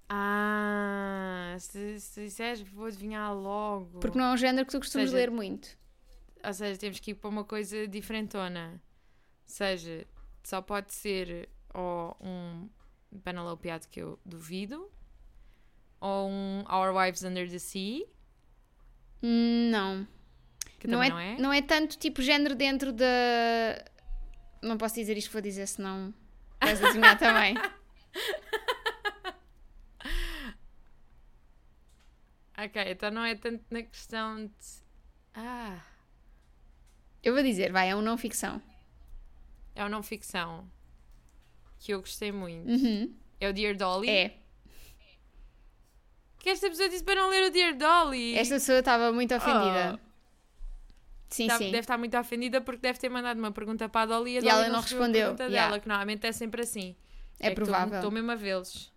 [SPEAKER 1] Ah, se, se disseres, vou adivinhar logo.
[SPEAKER 2] Porque não é um género que tu costumas
[SPEAKER 1] Seja-
[SPEAKER 2] ler muito.
[SPEAKER 1] Ou seja, temos que ir para uma coisa diferentona. Ou seja, só pode ser ou um Penelopeado que eu duvido, ou um Our Wives Under the Sea,
[SPEAKER 2] Hum, Não.
[SPEAKER 1] que também não é.
[SPEAKER 2] tanto tipo género dentro da. Não posso dizer isto, vou dizer senão vais
[SPEAKER 1] (laughs)
[SPEAKER 2] adivinhar também.
[SPEAKER 1] Ok, então não é tanto na questão de. Ah,
[SPEAKER 2] Eu vou dizer, vai, é um não ficção.
[SPEAKER 1] é uma não ficção que eu gostei muito.
[SPEAKER 2] Uhum.
[SPEAKER 1] É o Dear Dolly.
[SPEAKER 2] É.
[SPEAKER 1] Que esta pessoa disse para não ler o Dear Dolly.
[SPEAKER 2] Esta pessoa estava muito ofendida. Sim,
[SPEAKER 1] Tá-
[SPEAKER 2] sim.
[SPEAKER 1] Deve estar muito ofendida porque deve ter mandado uma pergunta para a Dolly e a
[SPEAKER 2] E
[SPEAKER 1] Dolly
[SPEAKER 2] ela não
[SPEAKER 1] a
[SPEAKER 2] respondeu,
[SPEAKER 1] pergunta
[SPEAKER 2] yeah.
[SPEAKER 1] dela, que normalmente é sempre assim.
[SPEAKER 2] É
[SPEAKER 1] que eu
[SPEAKER 2] provável.
[SPEAKER 1] Estou mesmo a vê-los.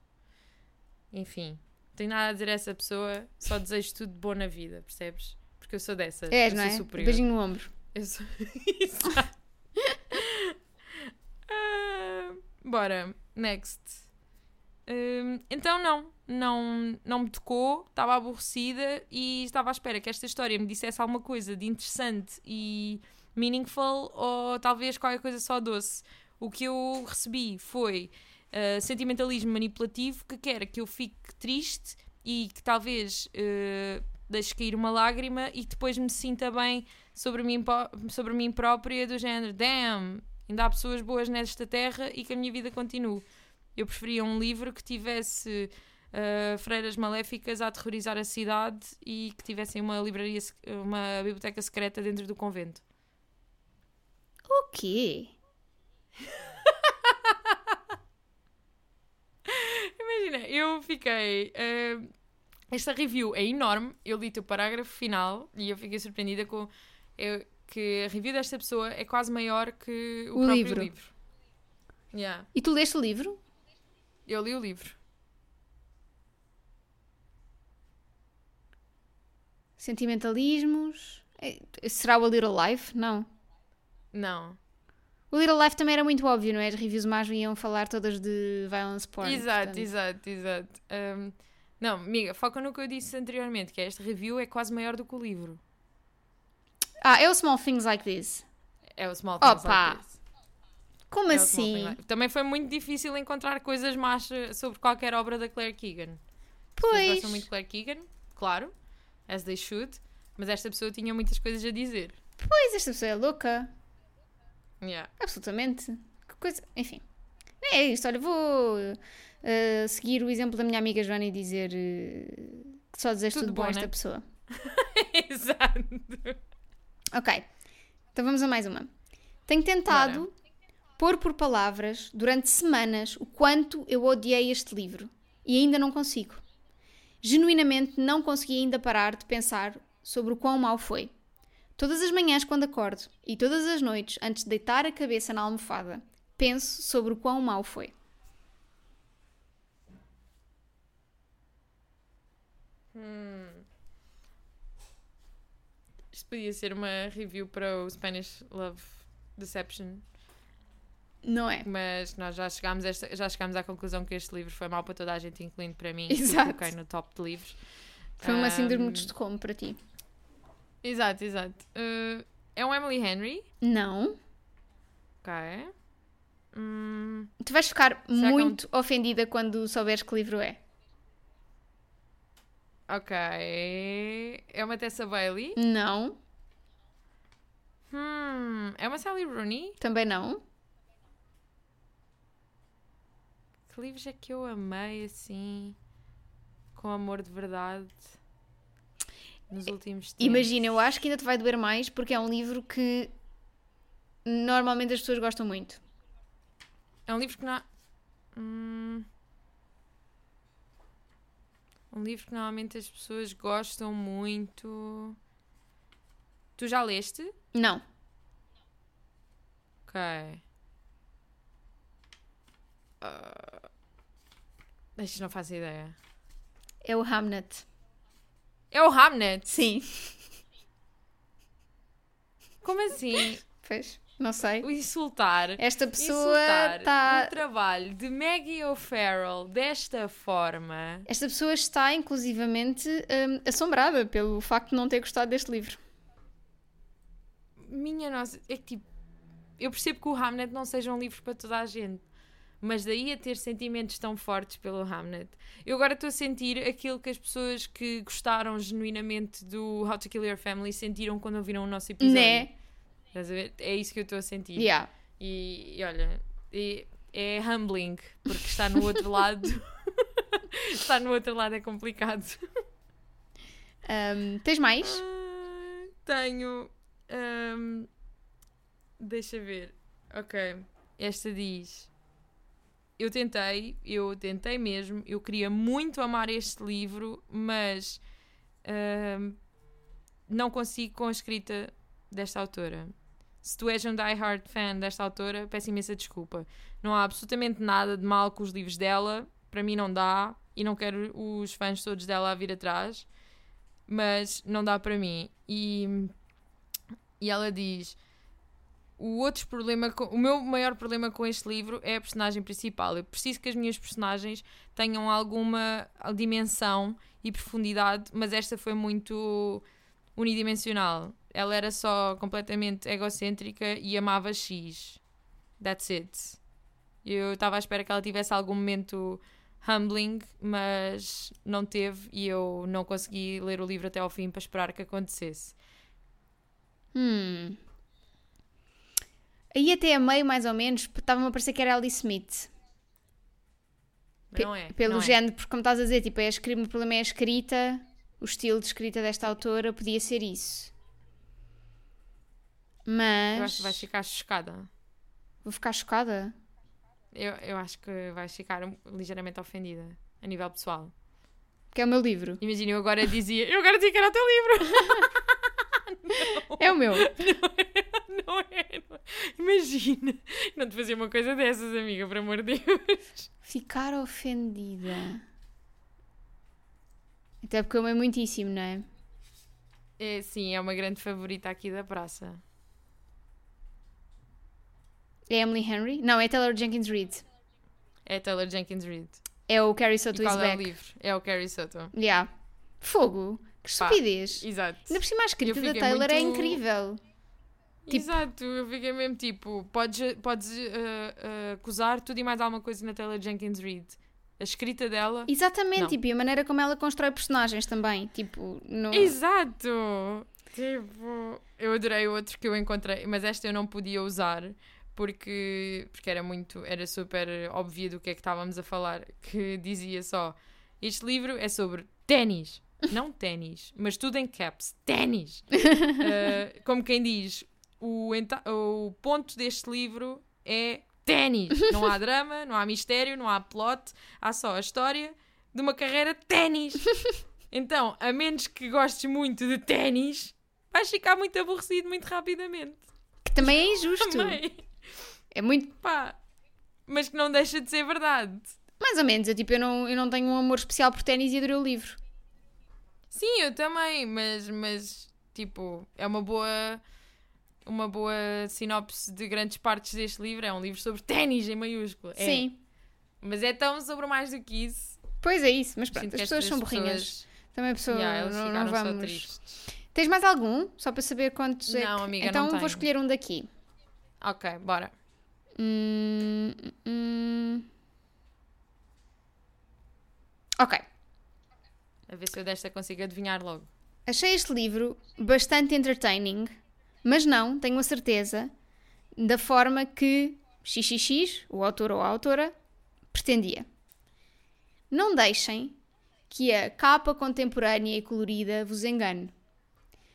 [SPEAKER 1] Enfim, não tenho nada a dizer a essa pessoa, só desejo tudo de bom na vida, percebes? Porque eu sou dessas.
[SPEAKER 2] És,
[SPEAKER 1] eu
[SPEAKER 2] não
[SPEAKER 1] sou
[SPEAKER 2] é?
[SPEAKER 1] superior.
[SPEAKER 2] Beijinho no ombro.
[SPEAKER 1] Eu sou. (laughs) Exato. Ah, bora, next. Hum, então, não, não, não me tocou, estava aborrecida e estava à espera que esta história me dissesse alguma coisa de interessante e meaningful ou talvez qualquer coisa só doce. O que eu recebi foi ah, sentimentalismo manipulativo que quer que eu fique triste e que talvez ah, deixe cair uma lágrima e que depois me sinta bem sobre mim, po- sobre mim própria, do género, damn, ainda há pessoas boas nesta terra e que a minha vida continue. Eu preferia um livro que tivesse ah, freiras maléficas a aterrorizar a cidade e que tivessem uma livraria, sec- uma biblioteca secreta dentro do convento.
[SPEAKER 2] O quê?
[SPEAKER 1] Imagina, eu fiquei. ah, esta review é enorme. Eu li o parágrafo final e eu fiquei surpreendida com eu- que a review desta pessoa é quase maior que o,
[SPEAKER 2] O
[SPEAKER 1] próprio
[SPEAKER 2] livro.
[SPEAKER 1] livro. Yeah,
[SPEAKER 2] E tu leste o livro?
[SPEAKER 1] eu li o livro.
[SPEAKER 2] Sentimentalismos? Eh, Será o A Little Life? Não.
[SPEAKER 1] Não.
[SPEAKER 2] O Little Life também era muito óbvio, não é? As reviews mais iam falar todas de violence porn.
[SPEAKER 1] exato,
[SPEAKER 2] portanto.
[SPEAKER 1] exato, exato. Hum, não, amiga, foca no que eu disse anteriormente, que esta review é quase maior do que o livro.
[SPEAKER 2] Ah, é o Small Things Like This.
[SPEAKER 1] É o Small Things
[SPEAKER 2] Opa!
[SPEAKER 1] Like This.
[SPEAKER 2] Como
[SPEAKER 1] É o Small
[SPEAKER 2] assim?
[SPEAKER 1] Things Like- Também foi muito difícil encontrar coisas más eh, sobre qualquer obra da Claire Keegan. Vocês
[SPEAKER 2] Pois.
[SPEAKER 1] gostam muito de Claire Keegan, claro, as they should, mas esta pessoa tinha muitas coisas a dizer.
[SPEAKER 2] Pois, esta pessoa é louca.
[SPEAKER 1] Yeah. (laughs)
[SPEAKER 2] Absolutamente. Que coisa. Enfim. É isto, olha, vou eh, seguir o exemplo da minha amiga Joana e dizer eh, que só desejo tudo,
[SPEAKER 1] Tudo
[SPEAKER 2] bom a
[SPEAKER 1] bom,
[SPEAKER 2] esta
[SPEAKER 1] né?
[SPEAKER 2] pessoa.
[SPEAKER 1] Exato.
[SPEAKER 2] Ok, então vamos a mais uma. Tenho tentado pôr por palavras durante semanas o quanto eu odiei este livro e ainda não consigo. Genuinamente não consegui ainda parar de pensar sobre o quão mau foi. Todas as manhãs quando acordo e todas as noites antes de deitar a cabeça na almofada, penso sobre o quão mau foi.
[SPEAKER 1] Isto podia ser uma review para o Spanish Love Deception,
[SPEAKER 2] Não é?
[SPEAKER 1] mas nós já chegámos, a esta- já chegámos à conclusão que este livro foi mau para toda a gente, incluindo para mim.
[SPEAKER 2] Exato.
[SPEAKER 1] Que eu coloquei no top de livros.
[SPEAKER 2] Foi uma síndrome
[SPEAKER 1] Ahm,
[SPEAKER 2] de Estocolmo para ti.
[SPEAKER 1] Exato, exato. Uh, é um Emily Henry.
[SPEAKER 2] Não.
[SPEAKER 1] Ok. Hum,
[SPEAKER 2] Tu vais ficar
[SPEAKER 1] que é um-
[SPEAKER 2] muito ofendida quando souberes que livro é.
[SPEAKER 1] ok. É uma Tessa Bailey.
[SPEAKER 2] Não.
[SPEAKER 1] Hum, é uma Sally Rooney.
[SPEAKER 2] Também não.
[SPEAKER 1] Que livros é que eu amei assim, com amor de verdade, nos últimos tempos?
[SPEAKER 2] É, Imagina, eu acho que ainda te vai doer mais porque é um livro que normalmente as pessoas gostam muito.
[SPEAKER 1] É um livro que não. Hum. Um livro que normalmente as pessoas gostam muito. Tu já leste?
[SPEAKER 2] Não.
[SPEAKER 1] Ok. Ah, Isto não faço ideia.
[SPEAKER 2] É o Hamnet.
[SPEAKER 1] É o Hamnet!
[SPEAKER 2] Sim.
[SPEAKER 1] Como assim?
[SPEAKER 2] Pois, não sei.
[SPEAKER 1] O insultar.
[SPEAKER 2] Esta pessoa tá
[SPEAKER 1] insultar
[SPEAKER 2] está.
[SPEAKER 1] o trabalho de Maggie O'Farrell desta forma.
[SPEAKER 2] Esta pessoa está inclusivamente hum, assombrada pelo facto de não ter gostado deste livro.
[SPEAKER 1] Minha nossa, é que tipo, eu percebo que o Hamnet não seja um livro para toda a gente, mas daí a ter sentimentos tão fortes pelo Hamnet. Eu agora estou a sentir aquilo que as pessoas que gostaram genuinamente do How to Kill Your Family sentiram quando ouviram o nosso episódio.
[SPEAKER 2] Né?
[SPEAKER 1] Estás a ver? É isso que eu estou a sentir.
[SPEAKER 2] Yeah.
[SPEAKER 1] E, e olha, e- é humbling, porque está no
[SPEAKER 2] (laughs)
[SPEAKER 1] outro lado. (laughs) está no outro lado, é complicado.
[SPEAKER 2] Hum, tens mais?
[SPEAKER 1] Ah, Tenho. ahm, deixa ver. Ok. Esta diz. Eu tentei, eu tentei mesmo. Eu queria muito amar este livro, mas ahm, não consigo com a escrita desta autora. Se tu és um die-hard fan desta autora, peço imensa desculpa. Não há absolutamente nada de mal com os livros dela. Para mim não dá. E não quero os fãs todos dela a vir atrás mas não dá para mim. E, e ela diz: o outro problema, com- o meu maior problema com este livro é a personagem principal. Eu preciso que as minhas personagens tenham alguma dimensão e profundidade, mas esta foi muito unidimensional. Ela era só completamente egocêntrica e amava X. That's it. Eu estava à espera que ela tivesse algum momento humbling, mas não teve e eu não consegui ler o livro até ao fim para esperar que acontecesse.
[SPEAKER 2] Hum. Aí até a meio, mais ou menos, estava-me a parecer que era Alice Smith.
[SPEAKER 1] Mas não é.
[SPEAKER 2] Pelo
[SPEAKER 1] não é.
[SPEAKER 2] género, porque como estás a dizer, tipo, é a escri- o problema é a escrita, o estilo de escrita desta autora podia ser isso.
[SPEAKER 1] Eu
[SPEAKER 2] Mas
[SPEAKER 1] acho que vais ficar chocada.
[SPEAKER 2] vou ficar chocada.
[SPEAKER 1] Eu, eu acho que vais ficar um- ligeiramente ofendida a nível pessoal.
[SPEAKER 2] Porque é o meu livro.
[SPEAKER 1] Imagina, eu agora dizia, eu agora dizia que era o teu livro. (laughs)
[SPEAKER 2] É o meu.
[SPEAKER 1] Não é, não é. Imagina. Não te fazia uma coisa dessas, amiga, por amor de Deus.
[SPEAKER 2] Ficar ofendida. Até porque eu amei muitíssimo, não é?
[SPEAKER 1] É, sim, é uma grande favorita aqui da praça.
[SPEAKER 2] É Emily Henry? Não, é Taylor Jenkins Reid.
[SPEAKER 1] É Taylor Jenkins Reid.
[SPEAKER 2] É o Carrie
[SPEAKER 1] E
[SPEAKER 2] Soto is
[SPEAKER 1] qual é o
[SPEAKER 2] back.
[SPEAKER 1] livro? É o Carrie Soto.
[SPEAKER 2] Yeah. Fogo. Que
[SPEAKER 1] Pá.
[SPEAKER 2] estupidez.
[SPEAKER 1] Exato.
[SPEAKER 2] Ainda por cima a escrita da
[SPEAKER 1] fiquei
[SPEAKER 2] Taylor é
[SPEAKER 1] muito-
[SPEAKER 2] incrível. Tipo-
[SPEAKER 1] Exato, eu fiquei mesmo tipo, podes, podes ah, ah, acusar tudo e mais alguma coisa na Taylor Jenkins Reid. A escrita dela.
[SPEAKER 2] Exatamente,
[SPEAKER 1] Não.
[SPEAKER 2] tipo, e a maneira como ela constrói personagens também, tipo, no...
[SPEAKER 1] Exato! Tipo, eu adorei outro que eu encontrei, mas esta eu não podia usar porque, porque era muito, era super óbvio do que é que estávamos a falar, que dizia só: este livro é sobre ténis. Não ténis, mas tudo em caps. Ténis! Ah, como quem diz, o, enta- o ponto deste livro é ténis. Não há drama, não há mistério, não há plot, há só a história de uma carreira de ténis. Então, a menos que gostes muito de ténis, vais ficar muito aborrecido muito rapidamente.
[SPEAKER 2] Que também é injusto.
[SPEAKER 1] Também.
[SPEAKER 2] É muito.
[SPEAKER 1] Pá, mas que não deixa de ser verdade.
[SPEAKER 2] Mais ou menos. Eu, tipo, eu não, eu não tenho um amor especial por ténis e adorei o livro.
[SPEAKER 1] Sim, eu também, mas, mas tipo, é uma boa uma boa sinopse de grandes partes deste livro. É um livro sobre ténis em maiúsculo. É.
[SPEAKER 2] Sim.
[SPEAKER 1] Mas é tão sobre mais do que isso.
[SPEAKER 2] Pois é isso. Mas pronto,
[SPEAKER 1] Sinto
[SPEAKER 2] as
[SPEAKER 1] que
[SPEAKER 2] pessoas
[SPEAKER 1] estas
[SPEAKER 2] são burrinhas.
[SPEAKER 1] pessoas-
[SPEAKER 2] Também a pessoa
[SPEAKER 1] Yeah, eles
[SPEAKER 2] não, não
[SPEAKER 1] ficaram só
[SPEAKER 2] vamos.
[SPEAKER 1] tristes.
[SPEAKER 2] Tens mais algum? Só para saber quantos é
[SPEAKER 1] Não,
[SPEAKER 2] que-
[SPEAKER 1] amiga, não
[SPEAKER 2] Então vou
[SPEAKER 1] tenho.
[SPEAKER 2] escolher um daqui.
[SPEAKER 1] Ok, bora.
[SPEAKER 2] Hum, hum. Ok.
[SPEAKER 1] A ver se eu desta consigo adivinhar logo.
[SPEAKER 2] Achei este livro bastante entertaining, mas não, tenho a certeza, da forma que XXX, o autor ou a autora, pretendia. Não deixem que a capa contemporânea e colorida vos engane.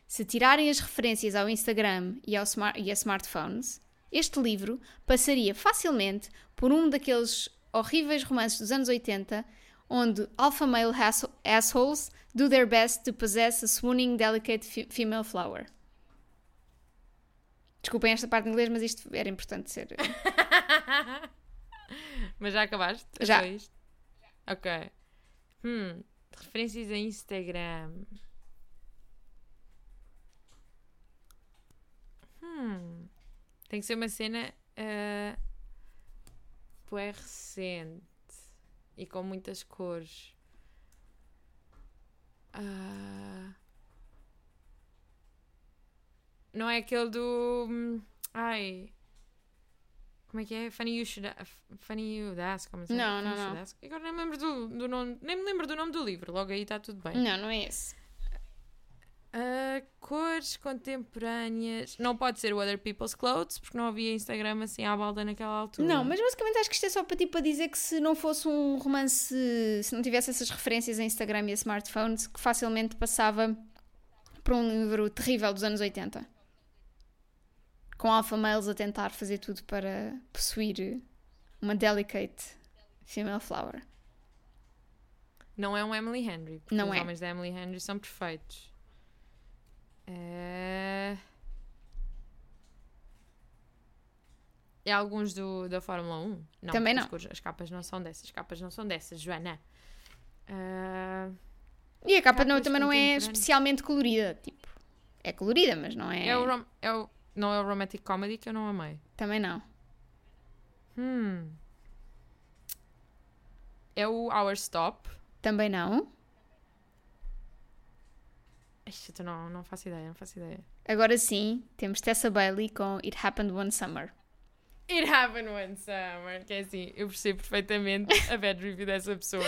[SPEAKER 2] Se tirarem as referências ao Instagram e, ao smar- e a smartphones, este livro passaria facilmente por um daqueles horríveis romances dos anos 80 onde alpha male hasso- assholes do their best to possess a swooning delicate fe- female flower. Desculpem esta parte em inglês, mas isto era importante ser.
[SPEAKER 1] Mas já acabaste? É
[SPEAKER 2] Já.
[SPEAKER 1] só isto? Ok. Hum, referências a Instagram. Hum, tem que ser uma cena ah, bué tipo, é recente e com muitas cores. Ah. não é aquele do. hum, Ai. Como é que é? Funny You Should, F- Funny you Should Ask. Como é que é?
[SPEAKER 2] Não,
[SPEAKER 1] Funny
[SPEAKER 2] não,
[SPEAKER 1] You Should
[SPEAKER 2] não.
[SPEAKER 1] Ask. Agora nem me lembro do, do nome, nem me lembro do nome do livro, logo aí está tudo bem.
[SPEAKER 2] Não, não é esse.
[SPEAKER 1] Ah, cores contemporâneas. Não pode ser Other People's Clothes, porque não havia Instagram assim à balda naquela altura.
[SPEAKER 2] Não, mas basicamente acho que isto é só para, tipo, para dizer que se não fosse um romance, se não tivesse essas referências a Instagram e a smartphones, que facilmente passava por um livro terrível dos anos 80. Com alpha males a tentar fazer tudo para possuir uma delicate female flower.
[SPEAKER 1] Não é um Emily Henry. Porque
[SPEAKER 2] Não
[SPEAKER 1] os
[SPEAKER 2] é.
[SPEAKER 1] homens da Emily Henry são perfeitos. É... É alguns do, da Fórmula 1? Não,
[SPEAKER 2] Também
[SPEAKER 1] as
[SPEAKER 2] não.
[SPEAKER 1] cores- as capas não são dessas. As capas não são dessas, Joana. Ah,
[SPEAKER 2] E a capa não,
[SPEAKER 1] Capas
[SPEAKER 2] também não é
[SPEAKER 1] contemporâneas.
[SPEAKER 2] especialmente colorida, tipo. É colorida, mas não é.
[SPEAKER 1] é. o rom- é o- não é o Romantic Comedy que eu não amei.
[SPEAKER 2] Também não.
[SPEAKER 1] Hum. É o Our Stop.
[SPEAKER 2] Também não.
[SPEAKER 1] Ixi, eu não, não faço ideia, não faço ideia.
[SPEAKER 2] Agora sim, temos Tessa Bailey com It Happened One Summer.
[SPEAKER 1] It happened one summer. Que é assim, eu percebo perfeitamente a bad review dessa pessoa.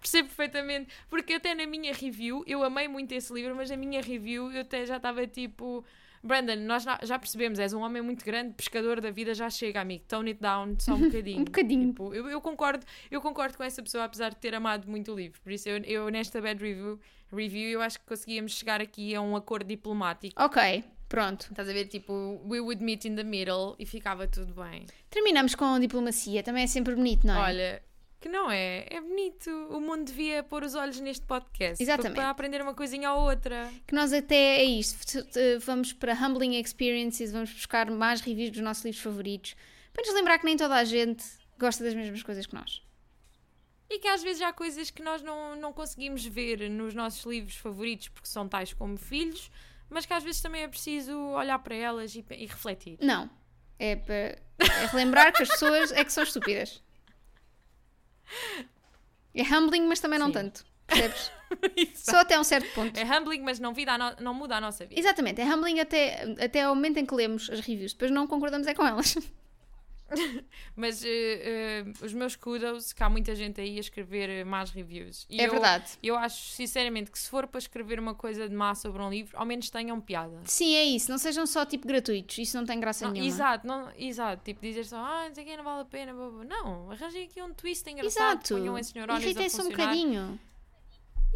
[SPEAKER 1] Percebo perfeitamente, porque até na minha review, eu amei muito esse livro, mas na minha review eu até já estava tipo. Brandon, nós na- já percebemos, és um homem muito grande, pescador da vida, já chega, amigo. Tone it down, só (laughs) um bocadinho.
[SPEAKER 2] Um bocadinho.
[SPEAKER 1] Tipo, eu, eu concordo, eu concordo com essa pessoa, apesar de ter amado muito o livro. Por isso, eu, eu nesta bad review, review, eu acho que conseguíamos chegar aqui a um acordo diplomático.
[SPEAKER 2] Ok, pronto.
[SPEAKER 1] Estás a ver, tipo, we would meet in the middle e ficava tudo bem.
[SPEAKER 2] Terminamos com a diplomacia, também é sempre bonito, não é?
[SPEAKER 1] Olha, que não é? É bonito. O mundo devia pôr os olhos neste podcast.
[SPEAKER 2] Exatamente.
[SPEAKER 1] Para, para aprender uma coisinha ou outra.
[SPEAKER 2] Que nós até é isto. f- eh, Vamos para Humbling Experiences, vamos buscar mais reviews dos nossos livros favoritos, para nos lembrar que nem toda a gente gosta das mesmas coisas que nós.
[SPEAKER 1] E que às vezes há coisas que nós não, não conseguimos ver nos nossos livros favoritos, porque são tais como filhos, mas que às vezes também é preciso olhar para elas e, pe- e refletir.
[SPEAKER 2] Não. É para é relembrar que as pessoas é que são estúpidas. É humbling, mas também não
[SPEAKER 1] Sim.
[SPEAKER 2] tanto.
[SPEAKER 1] (laughs)
[SPEAKER 2] Percebes? Só até um certo ponto.
[SPEAKER 1] É humbling, mas não, vida a no- não muda a nossa vida.
[SPEAKER 2] Exatamente, é humbling até, até ao momento em que lemos as reviews, depois não concordamos é com elas.
[SPEAKER 1] Mas eh, eh, os meus kudos, que há muita gente aí a escrever eh, más reviews. E
[SPEAKER 2] é
[SPEAKER 1] eu,
[SPEAKER 2] verdade.
[SPEAKER 1] Eu acho, sinceramente, que se for para escrever uma coisa de má sobre um livro, ao menos tenham piada.
[SPEAKER 2] Sim, é isso. Não sejam só tipo gratuitos. Isso não tem graça
[SPEAKER 1] Não,
[SPEAKER 2] nenhuma.
[SPEAKER 1] Ah, exato, não, exato, tipo dizer só, ah, não sei quem, não vale a pena, blá, blá, blá." não, arranjem aqui um twist engraçado,
[SPEAKER 2] Exato.
[SPEAKER 1] ponham esses neurónios a
[SPEAKER 2] Irritem-se um
[SPEAKER 1] funcionar.
[SPEAKER 2] bocadinho.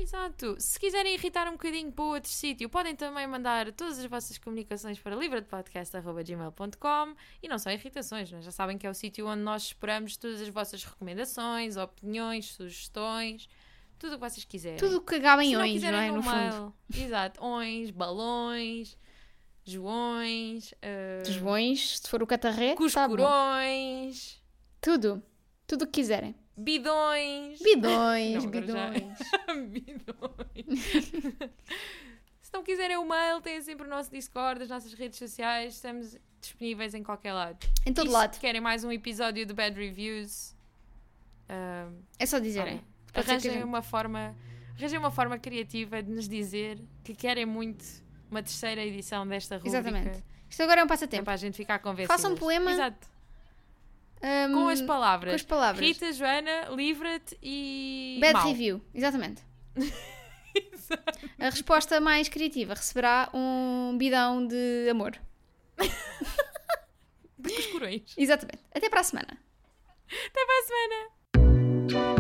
[SPEAKER 1] Exato, se quiserem irritar um bocadinho para outro sítio, podem também mandar todas as vossas comunicações para livradepodcast.gmail.com e não só irritações, mas já sabem que é o sítio onde nós esperamos todas as vossas recomendações, opiniões, sugestões, tudo o que vocês quiserem.
[SPEAKER 2] Tudo o que cagava
[SPEAKER 1] Se
[SPEAKER 2] em
[SPEAKER 1] não
[SPEAKER 2] ões, não,
[SPEAKER 1] quiserem um
[SPEAKER 2] é? No fundo.
[SPEAKER 1] mail. Exato,ões, (laughs) balões, joões, ah,
[SPEAKER 2] Dos bons, se for o catarré, tá bom.
[SPEAKER 1] cuscurões,
[SPEAKER 2] Tudo. Tudo o que quiserem.
[SPEAKER 1] bidões.
[SPEAKER 2] Bidões,
[SPEAKER 1] Não, agora já-
[SPEAKER 2] bidões.
[SPEAKER 1] (laughs) Bidões. Se não quiserem o mail, têm sempre o nosso Discord, as nossas redes sociais, estamos disponíveis em qualquer lado.
[SPEAKER 2] Em todo
[SPEAKER 1] e
[SPEAKER 2] lado.
[SPEAKER 1] Se querem mais um episódio de Bad Reviews, ah,
[SPEAKER 2] É só dizerem. Pode ser que a
[SPEAKER 1] arranjem
[SPEAKER 2] gente-
[SPEAKER 1] uma forma. Arranjem uma forma criativa de nos dizer que querem muito uma terceira edição desta rubrica.
[SPEAKER 2] Exatamente. Isto agora é um
[SPEAKER 1] que é
[SPEAKER 2] passatempo.
[SPEAKER 1] para a gente ficar convencida.
[SPEAKER 2] Façam um poema.
[SPEAKER 1] Exato.
[SPEAKER 2] Hum,
[SPEAKER 1] Com as palavras.
[SPEAKER 2] com as palavras.
[SPEAKER 1] Rita, Joana, livra-te e.
[SPEAKER 2] Bad
[SPEAKER 1] mal.
[SPEAKER 2] review,
[SPEAKER 1] (laughs)
[SPEAKER 2] exatamente. A resposta mais criativa receberá um bidão de amor.
[SPEAKER 1] De cuscurões.
[SPEAKER 2] Exatamente. Até para a semana.
[SPEAKER 1] Até para a semana!